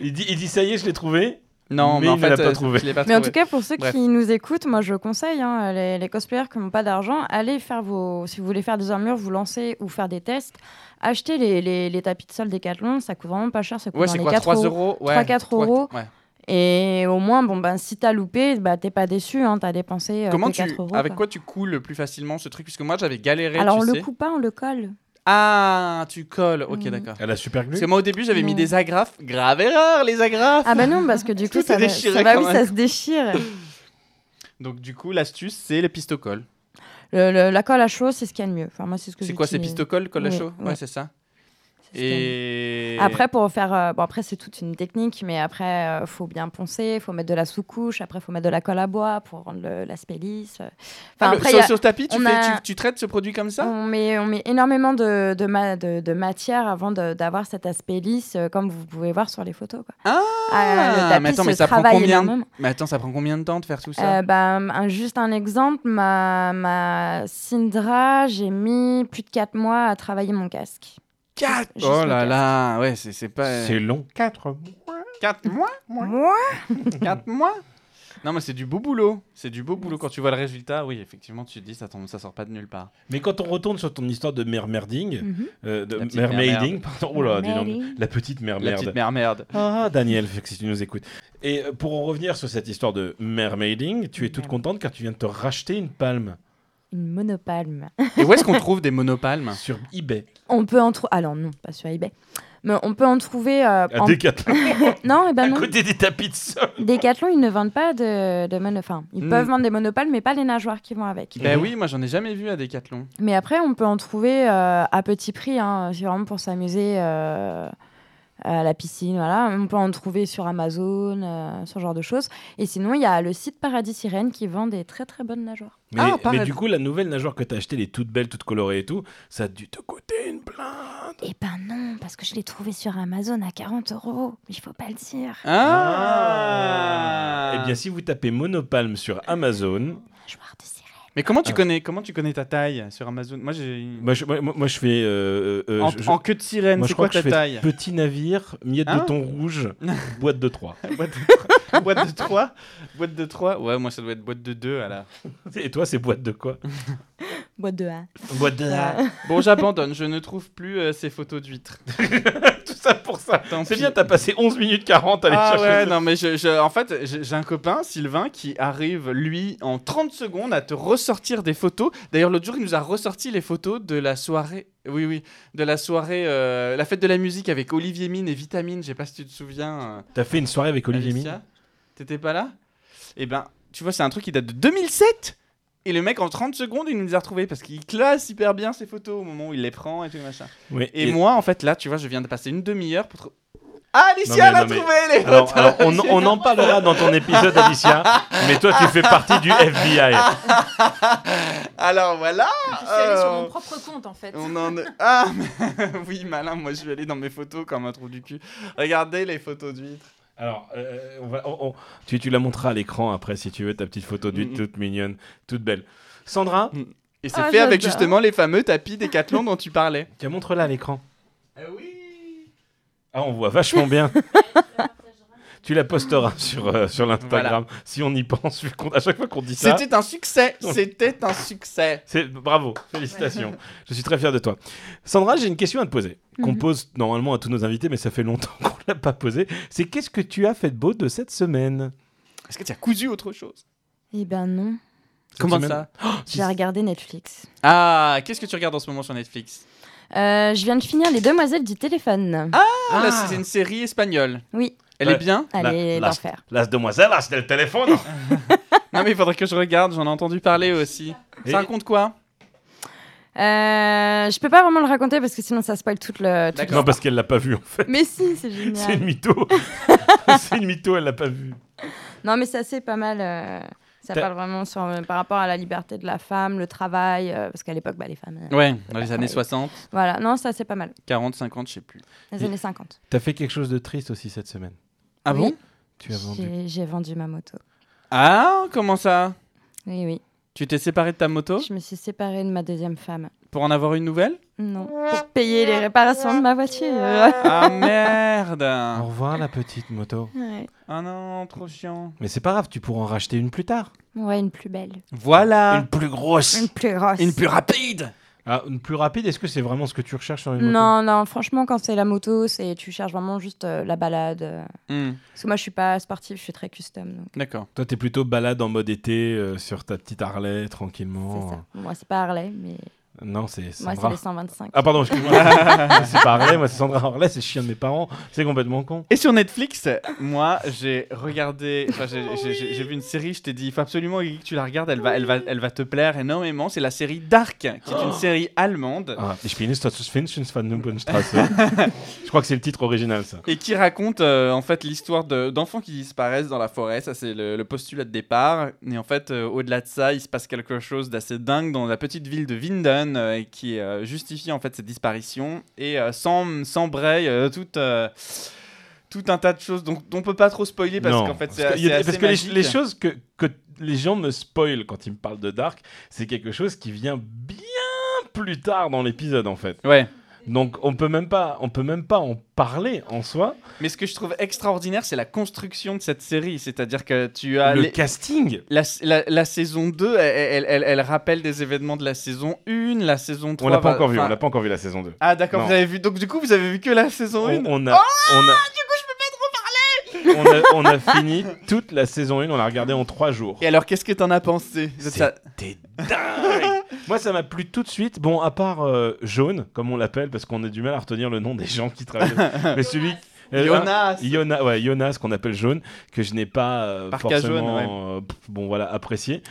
Speaker 2: Il dit, il dit ça y est, je l'ai trouvé.
Speaker 3: Non,
Speaker 2: Mais
Speaker 3: mais, en
Speaker 2: il
Speaker 3: fait,
Speaker 2: l'a pas
Speaker 3: euh,
Speaker 2: trouvé.
Speaker 3: je l'ai pas
Speaker 1: Mais en tout
Speaker 3: trouvé.
Speaker 1: cas, pour ceux
Speaker 3: Bref.
Speaker 1: qui nous écoutent, moi je conseille hein, les, les cosplayers qui n'ont pas d'argent, allez faire vos. Si vous voulez faire des armures, vous lancer ou faire des tests, achetez les, les, les tapis de sol Decathlon, ça coûte vraiment pas cher, ça coûte
Speaker 3: Ouais,
Speaker 1: dans
Speaker 3: c'est
Speaker 1: les
Speaker 3: quoi
Speaker 1: 4
Speaker 3: 3
Speaker 1: euros.
Speaker 3: euros ouais,
Speaker 1: 3-4
Speaker 3: trois-
Speaker 1: euros.
Speaker 3: ouais.
Speaker 1: Et au moins, bon, ben, si t'as loupé, bah, t'es pas déçu, hein, t'as dépensé euh,
Speaker 3: Comment
Speaker 1: tes
Speaker 3: tu,
Speaker 1: 4 euros.
Speaker 3: avec quoi tu coules plus facilement ce truc Puisque moi j'avais galéré.
Speaker 1: Alors on
Speaker 3: tu
Speaker 1: le
Speaker 3: sais.
Speaker 1: coupe pas, on le colle.
Speaker 3: Ah, tu colles. Ok,
Speaker 1: Mhm.
Speaker 3: d'accord.
Speaker 2: Elle a super glue.
Speaker 3: Parce que moi au début j'avais mis
Speaker 1: Non.
Speaker 3: des agrafes. Grave erreur, les agrafes.
Speaker 1: Ah bah non, parce que du
Speaker 3: Tout
Speaker 1: coup, ça,
Speaker 3: est
Speaker 1: va-
Speaker 3: déchiré
Speaker 1: ça, va-
Speaker 3: quand
Speaker 1: oui,
Speaker 3: même.
Speaker 1: ça se déchire.
Speaker 3: Donc du coup l'astuce c'est les pistocoles.
Speaker 1: Le- le- la colle à chaud, c'est ce qu'il y a de mieux. Enfin, moi, c'est ce que
Speaker 3: C'est quoi ces
Speaker 1: j'utilise.
Speaker 3: pistocoles, colle à
Speaker 1: Ouais,
Speaker 3: chaud Ouais,
Speaker 1: ouais.
Speaker 3: c'est ça.
Speaker 1: C'est ce qu'il y a de mieux.
Speaker 3: Et
Speaker 1: Après, pour faire. euh, bon, après, c'est toute une technique, mais après, euh, faut bien poncer, faut mettre de la sous-couche, après, faut mettre de la colle à bois pour rendre le- l'aspect lisse. Enfin,
Speaker 3: Ah, le-
Speaker 1: après,
Speaker 3: sur,
Speaker 1: il y a-
Speaker 3: sur le tapis, tu,
Speaker 1: on
Speaker 3: fais-
Speaker 1: a-
Speaker 3: tu- tu traites ce produit comme ça
Speaker 1: on, met, on met énormément de, de, ma- de- de matière avant de- d'avoir cet aspect lisse, euh, comme vous pouvez voir sur les photos. Quoi.
Speaker 3: Ah,
Speaker 1: le tapis
Speaker 3: mais attends,
Speaker 1: se
Speaker 3: mais ça prend
Speaker 1: travaille
Speaker 3: combien de-
Speaker 1: énormément.
Speaker 3: Mais attends, ça prend combien de temps de faire tout ça
Speaker 1: Euh, bah, un- juste un exemple, ma, ma Syndra, j'ai mis plus de 4 mois à travailler mon casque.
Speaker 3: Quatre
Speaker 1: juste
Speaker 3: Oh
Speaker 1: le
Speaker 3: là
Speaker 1: casque.
Speaker 3: là, ouais, c'est c'est pas.
Speaker 2: C'est long.
Speaker 3: 4 mois 4 mois 4 mois Non, mais c'est du beau boulot. C'est du beau boulot. Quand tu vois le résultat, oui, effectivement, tu te dis, ça, tombe, ça sort pas de nulle part.
Speaker 2: Mais quand on retourne sur ton histoire de mermerding,
Speaker 1: Mhm.
Speaker 2: euh, de
Speaker 3: La petite
Speaker 2: mermaiding,
Speaker 3: mermerde.
Speaker 2: pardon, oh là, dis donc,
Speaker 1: Mermaiding.
Speaker 2: la petite
Speaker 3: La
Speaker 2: mermerde.
Speaker 3: petite mère merde.
Speaker 2: Ah, Daniel, si tu nous écoutes. Et euh, pour en revenir sur cette histoire de mermaiding, tu es toute contente car tu viens de te racheter une palme
Speaker 1: Une monopalme.
Speaker 3: Et où est-ce qu'on trouve des monopalmes
Speaker 2: sur eBay.
Speaker 1: On peut en trouver. Alors non, pas sur eBay. Mais on peut en trouver. euh,
Speaker 2: À
Speaker 1: en-
Speaker 3: Ah
Speaker 2: Décathlon,
Speaker 1: Non, eh ben
Speaker 2: à
Speaker 1: non.
Speaker 2: côté des tapis de sol.
Speaker 1: Decathlon, ils ne vendent pas de, de mono- enfin, Ils
Speaker 3: Hmm.
Speaker 1: peuvent vendre des monopales, mais pas les nageoires qui vont avec.
Speaker 3: Ben oui, moi j'en ai jamais vu à Decathlon.
Speaker 1: Mais après, on peut en trouver euh, à petit prix. hein. C'est vraiment pour s'amuser euh, à la piscine. Voilà. On peut en trouver sur Amazon, euh, ce genre de choses. Et sinon, il y a le site Paradis Sirène qui vend des très très bonnes nageoires.
Speaker 2: Mais,
Speaker 3: Ah,
Speaker 2: mais
Speaker 3: pareil.
Speaker 2: du coup, la nouvelle nageoire que t'as achetée, elle est toute belle, toute colorée et tout, ça a dû te coûter une blinde.
Speaker 1: Eh ben non, parce que je l'ai trouvé sur Amazon à 40 euros. Mais il faut pas le dire.
Speaker 3: Ah
Speaker 2: Eh bien, si vous tapez monopalme sur Amazon,
Speaker 1: Nageoire de sirène.
Speaker 3: Mais comment tu,
Speaker 2: Ah.
Speaker 3: connais, comment tu connais ta taille sur Amazon Moi j'ai.
Speaker 2: moi je, moi- moi, je fais. euh, euh,
Speaker 3: en,
Speaker 2: je- je-
Speaker 3: en queue de sirène,
Speaker 2: moi, je
Speaker 3: c'est
Speaker 2: crois
Speaker 3: quoi
Speaker 2: que je
Speaker 3: ta
Speaker 2: fais
Speaker 3: taille
Speaker 2: petit navire, miette
Speaker 3: Hein
Speaker 2: de thon rouge, boîte de 3.
Speaker 3: boîte, de... boîte de 3 Boîte de 3 Ouais, moi ça doit être boîte de 2 à la.
Speaker 2: Et toi, c'est boîte de quoi
Speaker 1: Boîte de A.
Speaker 2: Boîte de.
Speaker 3: Bon, j'abandonne, je ne trouve plus euh, ces photos d'huîtres.
Speaker 2: Tout ça pour ça.
Speaker 3: Tant
Speaker 2: C'est
Speaker 3: pis.
Speaker 2: bien, t'as passé 11 minutes 40 à aller
Speaker 3: Ah
Speaker 2: chercher.
Speaker 3: ouais,
Speaker 2: ce-
Speaker 3: non mais je, je- en fait, j'ai j'ai un copain, Sylvain, qui arrive, lui, en 30 secondes à te ressortir des photos. D'ailleurs, l'autre jour, il nous a ressorti les photos de la soirée, oui, oui, de la soirée, euh, la fête de la musique avec Olivier Mine et Vitamine, je sais pas si tu te souviens. euh,
Speaker 2: T'as fait une soirée avec Olivier
Speaker 3: Alicia.
Speaker 2: Mine
Speaker 3: T'étais pas là Eh ben, tu vois, c'est un truc qui date de 2007 et le mec, en 30 secondes, il nous les a retrouvés parce qu'il classe hyper bien ses photos au moment où il les prend et tout machin.
Speaker 2: Oui.
Speaker 3: Et, moi, en fait, là, tu vois, je viens de passer une demi-heure pour trouver. Ah,
Speaker 2: Non, mais-
Speaker 3: Alicia, elle a
Speaker 2: non, mais- Ah
Speaker 3: trouvé les
Speaker 2: Alors,
Speaker 3: photos
Speaker 2: alors, on,
Speaker 3: Alicia.
Speaker 2: on en parlera dans ton épisode, Alicia, mais toi, tu fais partie du FBI.
Speaker 3: Alors, voilà
Speaker 4: Je suis allée sur
Speaker 3: Euh,
Speaker 4: mon propre compte en fait.
Speaker 3: On en est- Ah, mais- oui, malin, moi, je vais aller dans mes photos comme un trou du cul. Regardez les photos d'huîtres.
Speaker 2: Alors, euh, on va- on- on- tu, tu la montreras à l'écran après si tu veux, ta petite photo d'huile
Speaker 3: Mm, mm.
Speaker 2: toute mignonne, toute belle. Sandra,
Speaker 3: Et c'est
Speaker 1: Ah,
Speaker 3: fait avec
Speaker 1: j'adore.
Speaker 3: justement les fameux tapis Décathlon dont tu parlais.
Speaker 2: tu la montres-la à l'écran.
Speaker 3: oui
Speaker 2: Ah, on voit vachement bien. tu la posteras sur, euh, sur l'Instagram si on y pense, vu qu'on- à chaque fois qu'on dit ça.
Speaker 3: C'était un succès C'était un succès
Speaker 2: C'est bravo, félicitations. Je suis très fier de toi. Sandra, j'ai une question à te poser. Qu'on
Speaker 1: Mhm.
Speaker 2: pose normalement à tous nos invités, mais ça fait longtemps qu'on l'a pas posée. C'est qu'est-ce que tu as fait de beau de cette semaine
Speaker 3: Est-ce que tu as cousu autre chose
Speaker 1: Eh ben non.
Speaker 2: Cette
Speaker 3: Comment
Speaker 2: semaine-
Speaker 3: ça
Speaker 1: J'ai regardé Netflix.
Speaker 3: Ah, qu'est-ce que tu regardes en ce moment sur Netflix
Speaker 1: Euh, je viens de finir Les Demoiselles du téléphone.
Speaker 3: Ah, là,
Speaker 2: Ah.
Speaker 3: c'est une série espagnole.
Speaker 1: Oui,
Speaker 3: Elle
Speaker 2: Ouais.
Speaker 3: est bien
Speaker 1: allez
Speaker 2: la-
Speaker 1: l'enfer.
Speaker 2: Las demoiselles, c'était le téléphone.
Speaker 3: Non, mais il faudrait que je regarde, j'en ai entendu parler aussi.
Speaker 2: Et-
Speaker 3: Ça raconte quoi
Speaker 1: Euh, je peux pas vraiment le raconter parce que sinon ça spoil toute le. toute
Speaker 3: D'accord.
Speaker 2: non, parce qu'elle l'a pas vu en
Speaker 1: l'histoire.
Speaker 2: fait.
Speaker 1: Mais si, c'est
Speaker 2: C'est
Speaker 1: génial.
Speaker 2: une mytho. c'est une mytho, elle l'a pas vu.
Speaker 1: Non, mais ça c'est pas mal. euh, Ça
Speaker 2: T'as-
Speaker 1: parle vraiment sur, euh, par rapport à la liberté de la femme, le travail, euh, parce qu'à l'époque, bah, les femmes. euh,
Speaker 3: Ouais, dans les années
Speaker 1: Ouais.
Speaker 3: 60,
Speaker 1: Voilà, non, ça c'est pas mal.
Speaker 3: 40, 50, je sais plus.
Speaker 1: Les
Speaker 2: Et-
Speaker 1: années 50.
Speaker 2: T'as fait quelque chose de triste aussi cette semaine.
Speaker 3: Ah
Speaker 1: Oui.
Speaker 3: bon
Speaker 2: Tu as vendu.
Speaker 1: J'ai- J'ai vendu ma moto.
Speaker 3: Ah, comment ça
Speaker 1: Oui, oui.
Speaker 3: Tu t'es séparé de ta
Speaker 2: Oh.
Speaker 3: moto
Speaker 1: Je me suis séparée de ma deuxième femme.
Speaker 3: pour en avoir une nouvelle
Speaker 1: Non.
Speaker 4: Oh.
Speaker 1: Pour payer les réparations de ma voiture.
Speaker 3: Ah merde
Speaker 2: Au
Speaker 3: Ah
Speaker 2: revoir la petite moto.
Speaker 1: Ouais.
Speaker 3: non, trop chiant.
Speaker 2: Mais c'est pas grave, tu pourras en racheter une plus tard.
Speaker 1: Ouais, une plus belle.
Speaker 3: Voilà
Speaker 2: plus grosse.
Speaker 1: Une plus grosse.
Speaker 3: Une plus rapide
Speaker 2: Ah, une plus rapide, est-ce que c'est vraiment ce que tu recherches sur une moto
Speaker 1: Non, non, franchement, quand c'est la moto, c'est tu cherches vraiment juste euh, la balade. euh.
Speaker 3: Hmm,
Speaker 1: Parce que moi, je suis pas sportive, je suis très custom. Donc
Speaker 3: D'accord.
Speaker 2: Toi, t'es plutôt balade en mode été euh, sur ta petite Harley tranquillement. euh,
Speaker 1: c'est ça. Moi, c'est pas Harley, mais
Speaker 2: Non, c'est
Speaker 1: moi,
Speaker 2: Sandra.
Speaker 1: c'est les 125.
Speaker 2: Ah pardon, excuse-moi. c'est pas Harley, moi c'est Sandra Harley, c'est le chien de mes parents. C'est complètement con.
Speaker 3: Et sur Netflix, moi, j'ai regardé, enfin, j'ai j'ai- j'ai- j'ai vu une série, je t'ai dit, il faut absolument Guigui, que tu la regardes, elle va, elle va, elle va te plaire énormément. C'est la série Dark, qui est une série allemande.
Speaker 2: Ah, ich bin nicht so Finchens von Nubenstraße. Je crois que c'est le titre original ça.
Speaker 3: Et qui raconte euh, en fait l'histoire de- d'enfants qui disparaissent dans la forêt, ça c'est le, le postulat de départ. Et en fait, euh, au-delà de ça, il se passe quelque chose d'assez dingue dans la petite ville de Winden euh, et qui euh, justifie en fait cette disparition et euh, sans s'embraye euh, toute, euh, tout un tas de choses dont dont on peut pas trop spoiler parce
Speaker 2: Non,
Speaker 3: qu'en fait c'est
Speaker 2: parce que, il y
Speaker 3: assez,
Speaker 2: a-
Speaker 3: assez
Speaker 2: parce que les-
Speaker 3: magique.
Speaker 2: les, choses que, que les gens me spoilent quand ils me parlent de Dark, c'est quelque chose qui vient bien plus tard dans l'épisode en fait.
Speaker 3: Ouais.
Speaker 2: Donc on peut même pas, on peut même pas en parler en soi.
Speaker 3: Mais ce que je trouve extraordinaire, c'est la construction de cette série. C'est-à-dire que tu as
Speaker 2: le
Speaker 3: Bah, les-
Speaker 2: casting.
Speaker 3: la, la- la saison 2, elle, elle- elle- elle rappelle des événements de la saison 1, la saison 3.
Speaker 2: On l'a pas
Speaker 3: va-
Speaker 2: encore vu,
Speaker 3: enfin,
Speaker 2: on l'a pas encore vu la saison 2.
Speaker 3: Ah d'accord,
Speaker 2: Non.
Speaker 3: vous avez vu. Donc du coup, vous avez vu que la saison Oh, 1
Speaker 2: on, on a, on a... Du coup, je peux pas trop parler on a, on a fini toute la saison 1, on l'a regardée en 3 jours.
Speaker 3: Et alors, qu'est-ce que t'en as pensé de
Speaker 2: C'est-
Speaker 3: ça
Speaker 2: T'es dingue Moi, ça m'a plu tout de suite. Bon, à part euh, Jaune, comme on l'appelle, parce qu'on a du mal à retenir le nom des gens qui travaillent. Mais celui... euh,
Speaker 3: Jonas
Speaker 2: un- Yona- ouais, Jonas, qu'on appelle Jaune, que je n'ai pas euh,
Speaker 3: Par cas
Speaker 2: forcément
Speaker 3: jaune, Oh,
Speaker 2: euh, pff, bon, voilà, apprécié.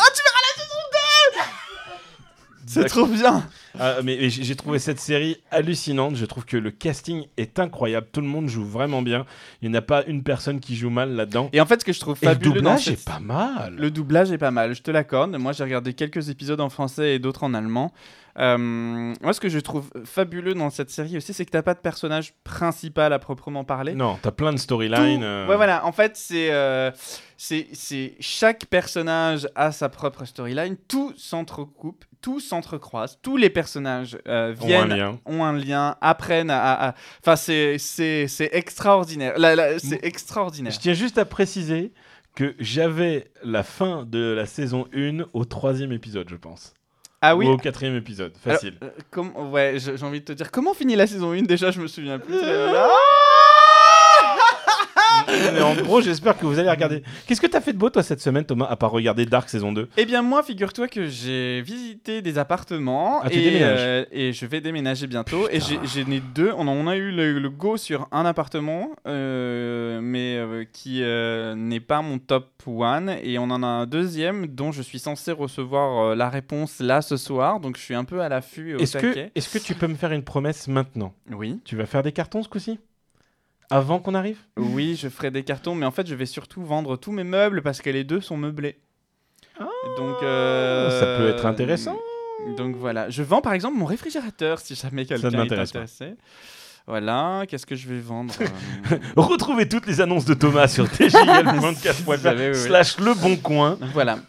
Speaker 3: C'est trop bien
Speaker 2: Ah, mais mais j'ai j'ai trouvé cette série hallucinante. Je trouve que le casting est incroyable. Tout le monde joue vraiment bien. Il n'y en a pas une personne qui joue mal là-dedans.
Speaker 3: Et en fait, ce que je trouve
Speaker 2: Et le
Speaker 3: fabuleux dans
Speaker 2: doublage
Speaker 3: cette-
Speaker 2: est pas mal.
Speaker 3: Le doublage est pas mal, je te l'accorde. Moi, j'ai regardé quelques épisodes en français et d'autres en allemand. Euh, moi, ce que je trouve fabuleux dans cette série aussi, c'est que t'as pas de personnage principal à proprement parler.
Speaker 2: Non, t'as plein de
Speaker 3: Tout-
Speaker 2: storylines. euh,
Speaker 3: Ouais, voilà. En fait, c'est euh, c'est c'est- chaque personnage a sa propre storyline. Tout s'entrecoupe, tout s'entrecroise. Tous les personnages euh,
Speaker 2: ont un
Speaker 3: viennent
Speaker 2: lien.
Speaker 3: ont un lien, apprennent à. à- à- Enfin, c'est- c'est c'est extraordinaire. Là, là, c'est extraordinaire.
Speaker 2: Je tiens juste à préciser que j'avais la fin de la saison 1 au troisième épisode, je pense.
Speaker 3: Ah oui
Speaker 2: Ou au quatrième épisode,
Speaker 3: alors,
Speaker 2: facile.
Speaker 3: euh, comme- ouais, je- j'ai envie de te dire. Comment finit la saison 1 déjà Je me souviens plus. Ah
Speaker 2: Mais en gros, j'espère que vous allez regarder. Qu'est-ce que t'as fait de beau, toi, cette semaine, Thomas, à part regarder Dark saison 2
Speaker 3: eh bien, moi, figure-toi que j'ai visité des appartements
Speaker 2: Ah, tu
Speaker 3: et,
Speaker 2: déménages.
Speaker 3: euh, et je vais déménager bientôt. Et j'ai
Speaker 2: Putain.
Speaker 3: j'en ai deux. On, en- on a eu le, le go sur un appartement, euh, mais euh, qui euh, n'est pas mon top one. Et on en a un deuxième dont je suis censé recevoir euh, la réponse là ce soir. Donc, je suis un peu à l'affût. et au
Speaker 2: Est-ce que,
Speaker 3: taquet.
Speaker 2: est que tu peux me faire une promesse maintenant
Speaker 3: Oui.
Speaker 2: Tu vas faire des cartons ce coup-ci Avant qu'on arrive
Speaker 3: Oui, je ferai des cartons, mais en fait, je vais surtout vendre tous mes meubles parce que les deux sont meublés. Donc, euh,
Speaker 2: Oh, Ça peut être intéressant.
Speaker 3: Donc voilà, je vends par exemple mon réfrigérateur si jamais quelqu'un est
Speaker 2: m'intéresse pas.
Speaker 3: intéressé. Voilà, qu'est-ce que je vais vendre euh,
Speaker 2: Retrouvez toutes les annonces de Thomas sur tjl24.fr
Speaker 3: savez, oui.
Speaker 2: slash le bon coin.
Speaker 3: Voilà.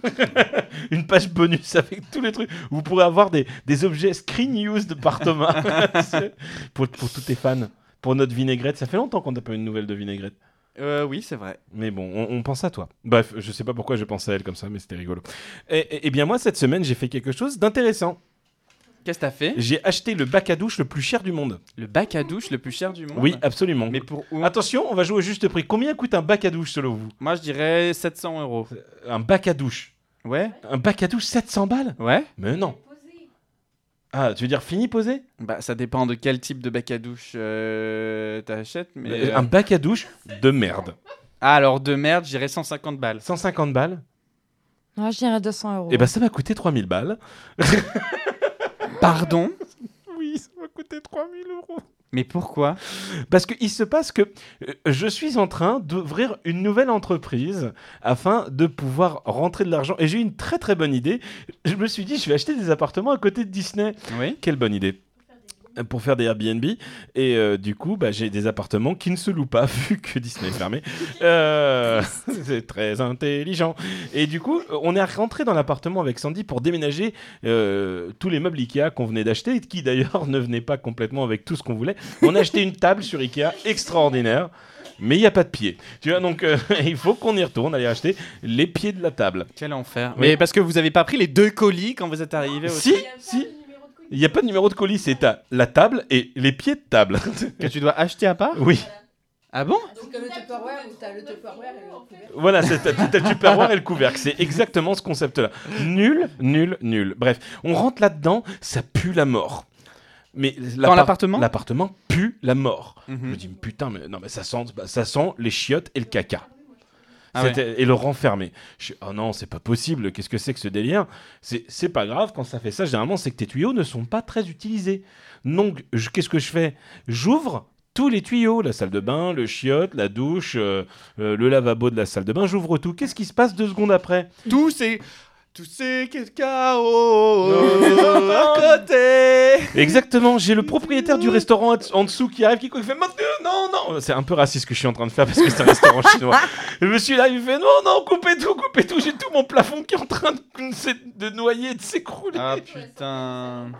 Speaker 2: Une page bonus avec tous les trucs. Vous pourrez avoir des, des objets screen news de par Thomas C'est- pour, pour tous tes fans. Pour notre vinaigrette, ça fait longtemps qu'on n'a pas eu une nouvelle de vinaigrette.
Speaker 3: Euh, oui, c'est vrai.
Speaker 2: Mais bon, on, on pense à toi. Bref, je sais pas pourquoi je pense à elle comme ça, mais c'était rigolo. Et, et- et bien moi, cette semaine, j'ai fait quelque chose d'intéressant.
Speaker 3: Qu'est-ce que t'as fait
Speaker 2: J'ai acheté le bac à douche le plus cher du monde.
Speaker 3: Le bac à douche le plus cher du monde
Speaker 2: Oui, Ah. absolument.
Speaker 3: Mais pour où
Speaker 2: Attention, on va jouer au juste prix. Combien coûte un bac à douche selon vous
Speaker 3: Moi, je dirais 700 euros.
Speaker 2: Un bac à douche.
Speaker 3: Ouais
Speaker 2: Un bac à douche 700 balles
Speaker 3: Ouais
Speaker 2: Mais non. Ah, tu veux dire fini posé
Speaker 3: Bah, ça dépend de quel type de bac à douche euh, t'achètes. Mais...
Speaker 2: Euh, Un bac à douche de merde.
Speaker 3: Ah, alors de merde, je dirais 150 balles.
Speaker 2: 150 balles
Speaker 1: Moi, je dirais 200 euros.
Speaker 2: Et ben ça m'a coûté 3000 balles.
Speaker 3: Pardon
Speaker 2: Oui, ça m'a coûté 3000 euros.
Speaker 3: Mais pourquoi
Speaker 2: Parce qu'il se passe que euh, je suis en train d'ouvrir une nouvelle entreprise afin de pouvoir rentrer de l'argent. Et j'ai eu une très très bonne idée. Je me suis dit, je vais acheter des appartements à côté de Disney.
Speaker 3: Oui
Speaker 2: Quelle bonne idée Euh, pour faire des Airbnb et euh, du coup bah, j'ai des appartements qui ne se louent pas vu que Disney est fermé Euh, c'est très intelligent et du coup on est rentré dans l'appartement avec Sandy pour déménager euh, tous les meubles Ikea qu'on venait d'acheter et qui d'ailleurs ne venaient pas complètement avec tout ce qu'on voulait on a acheté une table sur Ikea extraordinaire mais il n'y a pas de pied tu vois donc euh, il faut qu'on y retourne aller acheter les pieds de la table
Speaker 3: Quel enfer.
Speaker 2: Oui.
Speaker 3: Mais parce que vous avez pas pris les deux colis quand vous êtes arrivé au
Speaker 2: si si il n'y a pas de numéro de colis, c'est à la table et les pieds de table.
Speaker 3: que tu dois acheter à part
Speaker 2: Oui,
Speaker 3: Ah bon
Speaker 4: C'est comme le Tupperware où t'as le Tupperware et le couvert.
Speaker 2: voilà, c'est t'as- t'as le tupperware et le couvercle, c'est exactement ce concept-là. Nul, nul, nul. Bref, on rentre là-dedans, ça pue la mort. Mais
Speaker 3: Dans
Speaker 2: l'appart-
Speaker 3: l'appartement
Speaker 2: L'appartement pue la mort. Je
Speaker 3: Mhm.
Speaker 2: me dis putain, mais non, mais ça sent, bah, ça sent les chiottes et le caca.
Speaker 3: Ah ouais.
Speaker 2: C'était- Et le renfermer. Je suis, oh non, c'est pas possible. Qu'est-ce que c'est que ce délire C'est c'est pas grave quand ça fait ça. Généralement, c'est que tes tuyaux ne sont pas très utilisés. Donc, je- qu'est-ce que je fais J'ouvre tous les tuyaux, la salle de bain, le chiotte, la douche, euh, euh, le lavabo de la salle de bain. J'ouvre tout. Qu'est-ce qui se passe deux secondes après
Speaker 3: Tous ces... Tous ces
Speaker 2: Non.
Speaker 3: cacao à côté
Speaker 2: Exactement, j'ai le propriétaire du restaurant en- en dessous qui arrive, qui quoi, il fait Monsieur, non, non C'est un peu raciste ce que je suis en train de faire parce que c'est un restaurant chinois. Le monsieur là, il fait Non, non, coupez tout, coupez tout, j'ai tout mon plafond qui est en train de, de noyer, de s'écrouler.
Speaker 3: Ah putain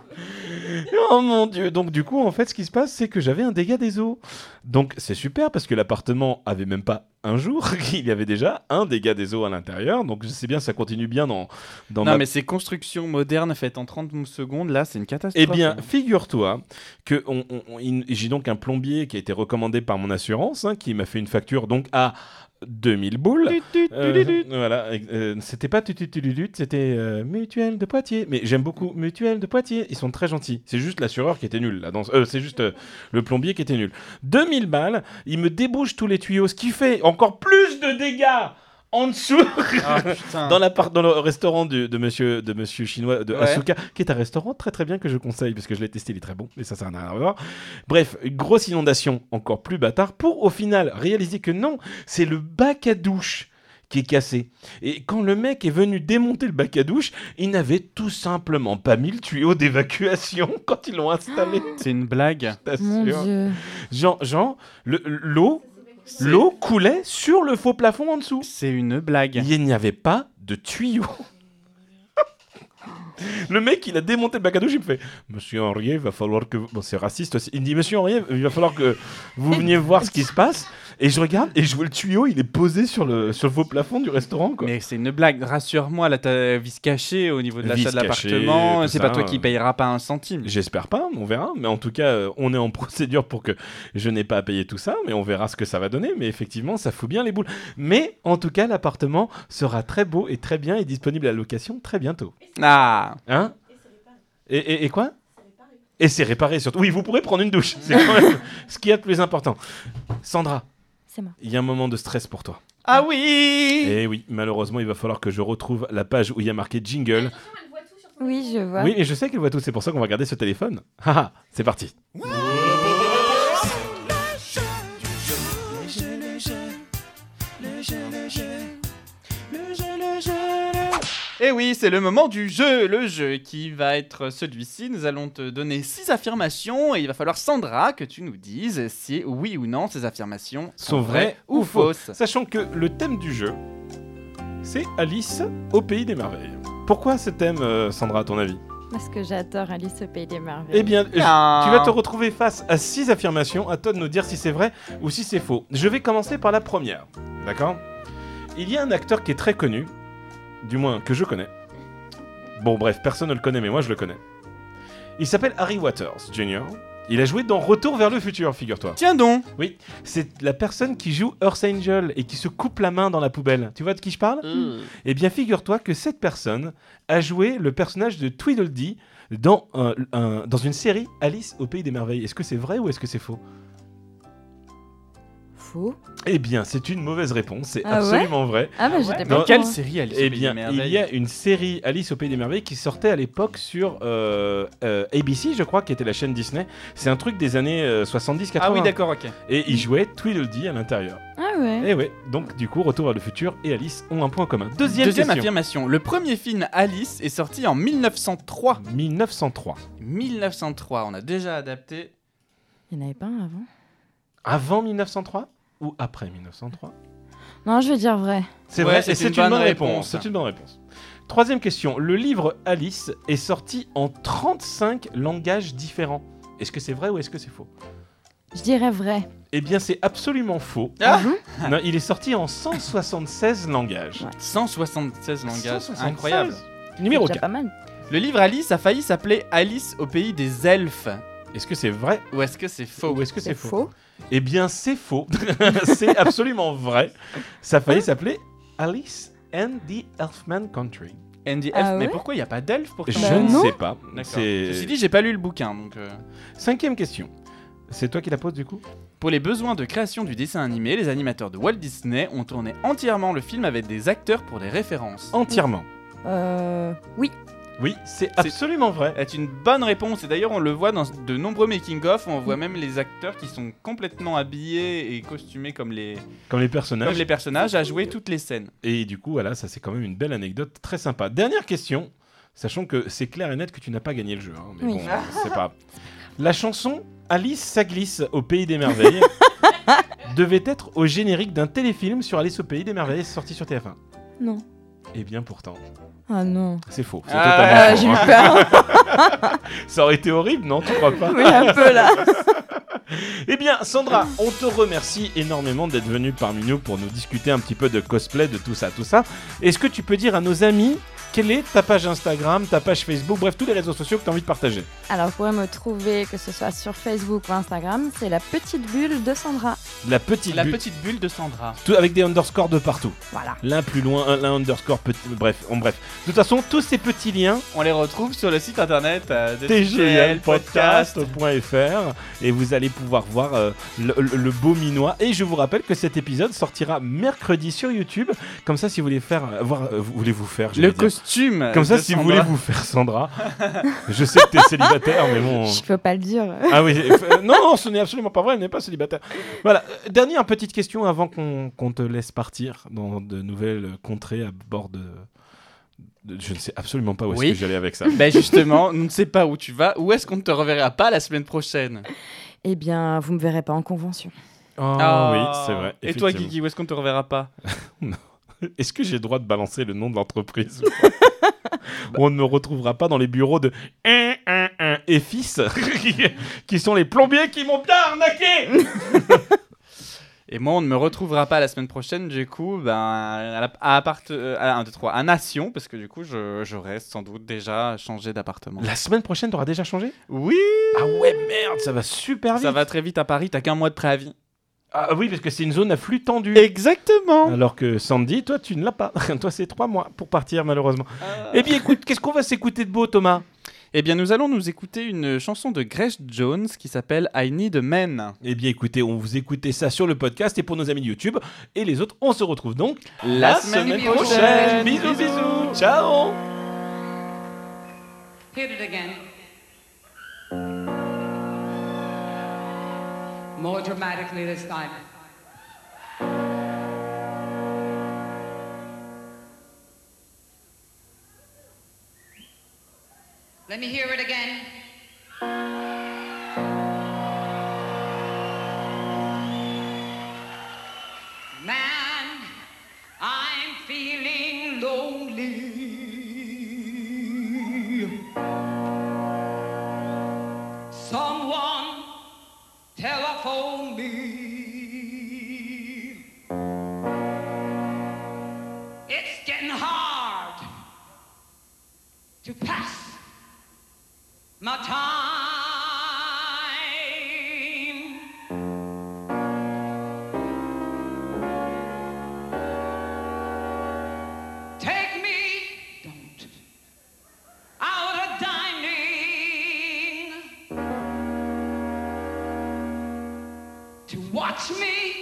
Speaker 2: Oh mon dieu Donc, du coup, en fait, ce qui se passe, c'est que j'avais un dégât des eaux. Donc, c'est super parce que l'appartement avait même pas un jour, il y avait déjà un dégât des eaux à l'intérieur. Donc, je sais bien, ça continue bien dans, dans
Speaker 3: Non
Speaker 2: ma
Speaker 3: mais ces constructions modernes faites en 30 secondes, là c'est une catastrophe.
Speaker 2: Eh bien, figure-toi que on- on- on- il- j'ai donc un plombier qui a été recommandé par mon assurance, hein, qui m'a fait une facture donc à 2000 boules. Euh, voilà, euh, c'était pas tututuludut, c'était euh, Mutuelle de Poitiers. Mais j'aime beaucoup Mutuelle de Poitiers, ils sont très gentils. C'est juste l'assureur qui était nul. là, dans ce- euh, c'est juste euh, le plombier qui était nul. 2000 balles, il me débouche tous les tuyaux, ce qui fait encore plus de dégâts en dessous
Speaker 3: Ah putain
Speaker 2: dans, la part, dans le restaurant du- de, monsieur, de monsieur chinois de
Speaker 3: Ouais.
Speaker 2: Asuka, qui est un restaurant très très bien que je conseille parce que je l'ai testé, il est très bon, mais ça, ça n'a rien à voir. Bref, une grosse inondation, encore plus bâtard, pour au final réaliser que non, c'est le bac à douche qui est cassé. Et quand le mec est venu démonter le bac à douche, il n'avait tout simplement pas mis le tuyau d'évacuation quand ils l'ont installé.
Speaker 3: C'est une blague.
Speaker 2: Je t'assure.
Speaker 1: Ah, Mon Dieu.
Speaker 2: Jean, Jean, le- l'eau, l'eau coulait sur le faux plafond en dessous.
Speaker 3: C'est une blague.
Speaker 2: Il n'y avait pas de tuyau. Le mec, il a démonté le bac à douche, il me fait Monsieur Henriet, il va falloir que. vous- Bon, c'est raciste aussi. Il me dit Monsieur Henriet, il va falloir que vous veniez voir ce qui se passe. Et je regarde et je vois le tuyau, il est posé sur le, sur le faux plafond du restaurant. Quoi.
Speaker 3: Mais c'est une blague. Rassure-moi, là t'as vis caché au niveau de l'achat
Speaker 2: Vis
Speaker 3: de
Speaker 2: cachée,
Speaker 3: l'appartement.
Speaker 2: tout
Speaker 3: C'est pas
Speaker 2: ça,
Speaker 3: toi
Speaker 2: euh.
Speaker 3: qui payera pas un centime.
Speaker 2: J'espère pas, on verra. Mais en tout cas, euh, on est en procédure pour que je n'ai pas à payer tout ça. Mais on verra ce que ça va donner. Mais effectivement, ça fout bien les boules. Mais en tout cas, l'appartement sera très beau et très bien et disponible à la location très bientôt.
Speaker 3: Ah
Speaker 2: Hein et, et, et quoi Et c'est réparé surtout. Oui, vous pourrez prendre une douche. C'est quand même ce qu'il y a de plus important. Sandra,
Speaker 1: C'est moi.
Speaker 2: il y a un moment de stress pour toi.
Speaker 3: Ah oui
Speaker 2: Et oui, malheureusement, il va falloir que je retrouve la page où il y a marqué jingle.
Speaker 1: Oui, je vois.
Speaker 2: Oui, mais je sais qu'elle voit tout. C'est pour ça qu'on va regarder ce téléphone. Haha, c'est parti.
Speaker 3: Et Eh oui, c'est le moment du jeu. Le jeu qui va être celui-ci. Nous allons te donner six affirmations et il va falloir, Sandra, que tu nous dises si oui ou non ces affirmations
Speaker 2: Sont vraies
Speaker 3: ou
Speaker 2: ou fausses.
Speaker 3: fausses.
Speaker 2: Sachant que le thème du jeu, c'est Alice au pays des merveilles. Pourquoi ce thème, euh, Sandra, à ton avis
Speaker 1: Parce que j'adore Alice au pays des merveilles.
Speaker 2: Eh bien, je-
Speaker 3: Ah.
Speaker 2: tu vas te retrouver face à six affirmations. À toi de nous dire si c'est vrai ou si c'est faux. Je vais commencer par la première. D'accord Il y a un acteur qui est très connu, du moins que je connais. Bon, bref, personne ne le connaît, mais moi je le connais. Il s'appelle Harry Waters Jr. Il a joué dans Retour vers le futur, figure-toi.
Speaker 3: Tiens donc
Speaker 2: C'est la personne qui joue Earth Angel et qui se coupe la main dans la poubelle. Tu vois de qui je parle Eh bien, figure-toi que cette personne a joué le personnage de Tweedledee dans, un- un- dans une série Alice au Pays des Merveilles. Est-ce que c'est vrai ou est-ce que c'est faux
Speaker 1: Faux.
Speaker 2: Eh bien, c'est une mauvaise réponse, c'est
Speaker 1: Ah ouais
Speaker 2: absolument vrai.
Speaker 1: Ah, bah
Speaker 3: ouais
Speaker 1: j'étais
Speaker 2: Dans
Speaker 1: pas
Speaker 3: Dans
Speaker 1: au
Speaker 3: quelle
Speaker 1: courant.
Speaker 3: série Alice au
Speaker 2: Eh
Speaker 3: Pays
Speaker 2: bien,
Speaker 3: des
Speaker 2: il y
Speaker 3: Merveilles
Speaker 2: a une série Alice au Pays des Merveilles qui sortait à l'époque sur euh, euh, ABC, je crois, qui était la chaîne Disney. C'est un truc des années 70-80.
Speaker 3: Ah oui, d'accord, ok.
Speaker 2: Et il jouait Tweedledee à l'intérieur.
Speaker 1: Ah ouais.
Speaker 2: Eh ouais, donc du coup, Retour à le futur et Alice ont un point commun. Deuxième, question.
Speaker 3: affirmation. Le premier film Alice est sorti en 1903.
Speaker 2: 1903.
Speaker 3: 1903, on a déjà adapté.
Speaker 1: Il n'y en avait pas un avant
Speaker 2: Avant 1903 ou après 1903
Speaker 1: Non, je vais dire vrai.
Speaker 2: C'est
Speaker 3: Ouais,
Speaker 2: vrai,
Speaker 3: c'est
Speaker 2: et c'est
Speaker 3: une
Speaker 2: une,
Speaker 3: bonne
Speaker 2: bonne réponse.
Speaker 3: réponse.
Speaker 2: C'est une bonne réponse. Troisième question. Le livre Alice est sorti en 35 langages différents. Est-ce que c'est vrai ou est-ce que c'est faux
Speaker 1: Je dirais vrai.
Speaker 2: Eh bien, c'est absolument faux.
Speaker 3: Ah
Speaker 1: bon
Speaker 2: Non, il est sorti en 176 langages.
Speaker 1: Ouais.
Speaker 3: 176 langages,
Speaker 2: 176.
Speaker 3: incroyable.
Speaker 2: Numéro
Speaker 1: C'est déjà
Speaker 2: 4.
Speaker 1: pas mal.
Speaker 3: Le livre Alice a failli s'appeler Alice au pays des elfes.
Speaker 2: Est-ce que c'est vrai
Speaker 3: Ou est-ce que c'est faux
Speaker 2: ou est-ce que c'est
Speaker 1: C'est
Speaker 2: faux,
Speaker 1: faux.
Speaker 2: Eh bien, c'est faux. c'est absolument vrai. Ça
Speaker 1: Ah.
Speaker 2: faillit s'appeler Alice and the Elfman Country.
Speaker 3: Andy
Speaker 1: Ah
Speaker 3: Elf, mais
Speaker 1: ouais
Speaker 3: pourquoi il n'y a pas d'elfe pour
Speaker 2: Je
Speaker 1: Bah,
Speaker 2: ne
Speaker 1: non.
Speaker 2: sais pas. C'est-
Speaker 3: Ceci dit, j'ai pas lu le bouquin, donc... euh,
Speaker 2: Cinquième question. C'est toi qui la poses du coup
Speaker 3: Pour les besoins de création du dessin animé, les animateurs de Walt Disney ont tourné entièrement le film avec des acteurs pour les références.
Speaker 1: Oh.
Speaker 2: Entièrement.
Speaker 1: Euh. Oui.
Speaker 2: Oui, c'est absolument vrai.
Speaker 3: est une bonne réponse. Et d'ailleurs, on le voit dans de nombreux making-of. On voit même les acteurs qui sont complètement habillés et costumés comme les,
Speaker 2: Comme les
Speaker 3: comme
Speaker 2: personnages.
Speaker 3: les personnages à jouer toutes les scènes.
Speaker 2: Et du coup, voilà, ça c'est quand même une belle anecdote très sympa. Dernière question, sachant que c'est clair et net que tu n'as pas gagné le jeu. hein, mais
Speaker 1: Oui. Ah.
Speaker 2: bon, c'est pas. La chanson Alice ça glisse au pays des merveilles devait être au générique d'un téléfilm sur Alice au pays des merveilles sorti sur TF1.
Speaker 1: Non.
Speaker 2: Et Eh bien pourtant,
Speaker 1: Ah non.
Speaker 2: c'est faux. C'est
Speaker 3: Ah,
Speaker 1: Ah,
Speaker 2: totalement
Speaker 1: j'ai
Speaker 2: faux,
Speaker 1: eu
Speaker 2: hein.
Speaker 1: peur.
Speaker 2: Ça aurait été horrible, non Tu crois pas
Speaker 1: oui, un peu là.
Speaker 2: Eh bien, Sandra, on te remercie énormément d'être venue parmi nous pour nous discuter un petit peu de cosplay, de tout ça, tout ça. Est-ce que tu peux dire à nos amis quelle est ta page Instagram, ta page Facebook, bref, tous les réseaux sociaux que tu as envie de partager
Speaker 1: Alors, vous pourrez me trouver, que ce soit sur Facebook ou Instagram, c'est la petite bulle de Sandra.
Speaker 2: La petite
Speaker 3: La
Speaker 2: bu-
Speaker 3: petite bulle de Sandra.
Speaker 2: tout avec des underscores de partout.
Speaker 1: Voilà.
Speaker 2: L'un plus loin, un- l'un underscore petit, bref, en bref. De toute façon, tous ces petits liens,
Speaker 3: On les retrouve sur le site internet euh, de TGL Podcast.
Speaker 2: tglpodcast.fr et vous allez pouvoir voir euh, le, le- le beau minois. Et je vous rappelle que cet épisode sortira mercredi sur YouTube. Comme ça, si vous voulez faire, euh, voir, euh, vous voulez vous faire, j'allais
Speaker 3: Le
Speaker 2: dire.
Speaker 3: costume.
Speaker 2: Comme ça,
Speaker 3: Euh, de
Speaker 2: si vous
Speaker 3: Sandra.
Speaker 2: voulez vous faire Sandra, je sais que t'es célibataire, mais bon.
Speaker 1: Je peux pas le dire.
Speaker 2: Ah oui, euh, non, non, ce n'est absolument pas vrai, elle n'est pas célibataire. Voilà, euh, dernière petite question avant qu'on qu'on te laisse partir dans de nouvelles contrées à bord de. de- je ne sais absolument pas où est-ce
Speaker 3: Oui.
Speaker 2: que j'allais avec ça.
Speaker 3: Ben justement, on ne sait pas où tu vas. Où est-ce qu'on ne te reverra pas la semaine prochaine
Speaker 1: Eh bien, vous me verrez pas en convention.
Speaker 2: Ah oui, c'est vrai.
Speaker 3: Et toi,
Speaker 2: effectivement.
Speaker 3: Guigui, où est-ce qu'on ne te reverra pas
Speaker 2: Est-ce que j'ai le droit de balancer le nom de l'entreprise ou pas
Speaker 3: Bah.
Speaker 2: On ne me retrouvera pas dans les bureaux de 1, 1, 1 et fils, qui sont les plombiers qui m'ont bien arnaqué
Speaker 3: Et moi, on ne me retrouvera pas la semaine prochaine, du coup, ben, à, la- à, appart euh, à, un, deux, trois, à Nation, parce que du coup, je, je reste sans doute déjà changé d'appartement.
Speaker 2: La semaine prochaine, t'auras déjà changé
Speaker 3: Oui
Speaker 2: Ah ouais, merde, ça va super vite
Speaker 3: Ça va très vite à Paris, t'as qu'un mois de préavis.
Speaker 2: Ah oui, parce que c'est une zone à flux tendu.
Speaker 3: Exactement
Speaker 2: Alors que Sandy, toi, tu ne l'as pas. toi, c'est trois mois pour partir, malheureusement. Eh bien, écoute, qu'est-ce qu'on va s'écouter de beau, Thomas
Speaker 3: Euh, Eh bien, nous allons nous écouter une chanson de Grace Jones qui s'appelle I Need a Man.
Speaker 2: Eh bien, écoutez, on vous écoutait ça sur le podcast et pour nos amis de YouTube et les autres, on se retrouve donc
Speaker 3: La,
Speaker 4: semaine prochaine.
Speaker 2: Bisous, bisous. Ciao
Speaker 4: Hit it again. More dramatically this time. Let me hear it again. Man, I'm feeling lonely. Someone telephone me. It's getting hard to pass my time. Take me, don't, out a dining to watch me oh.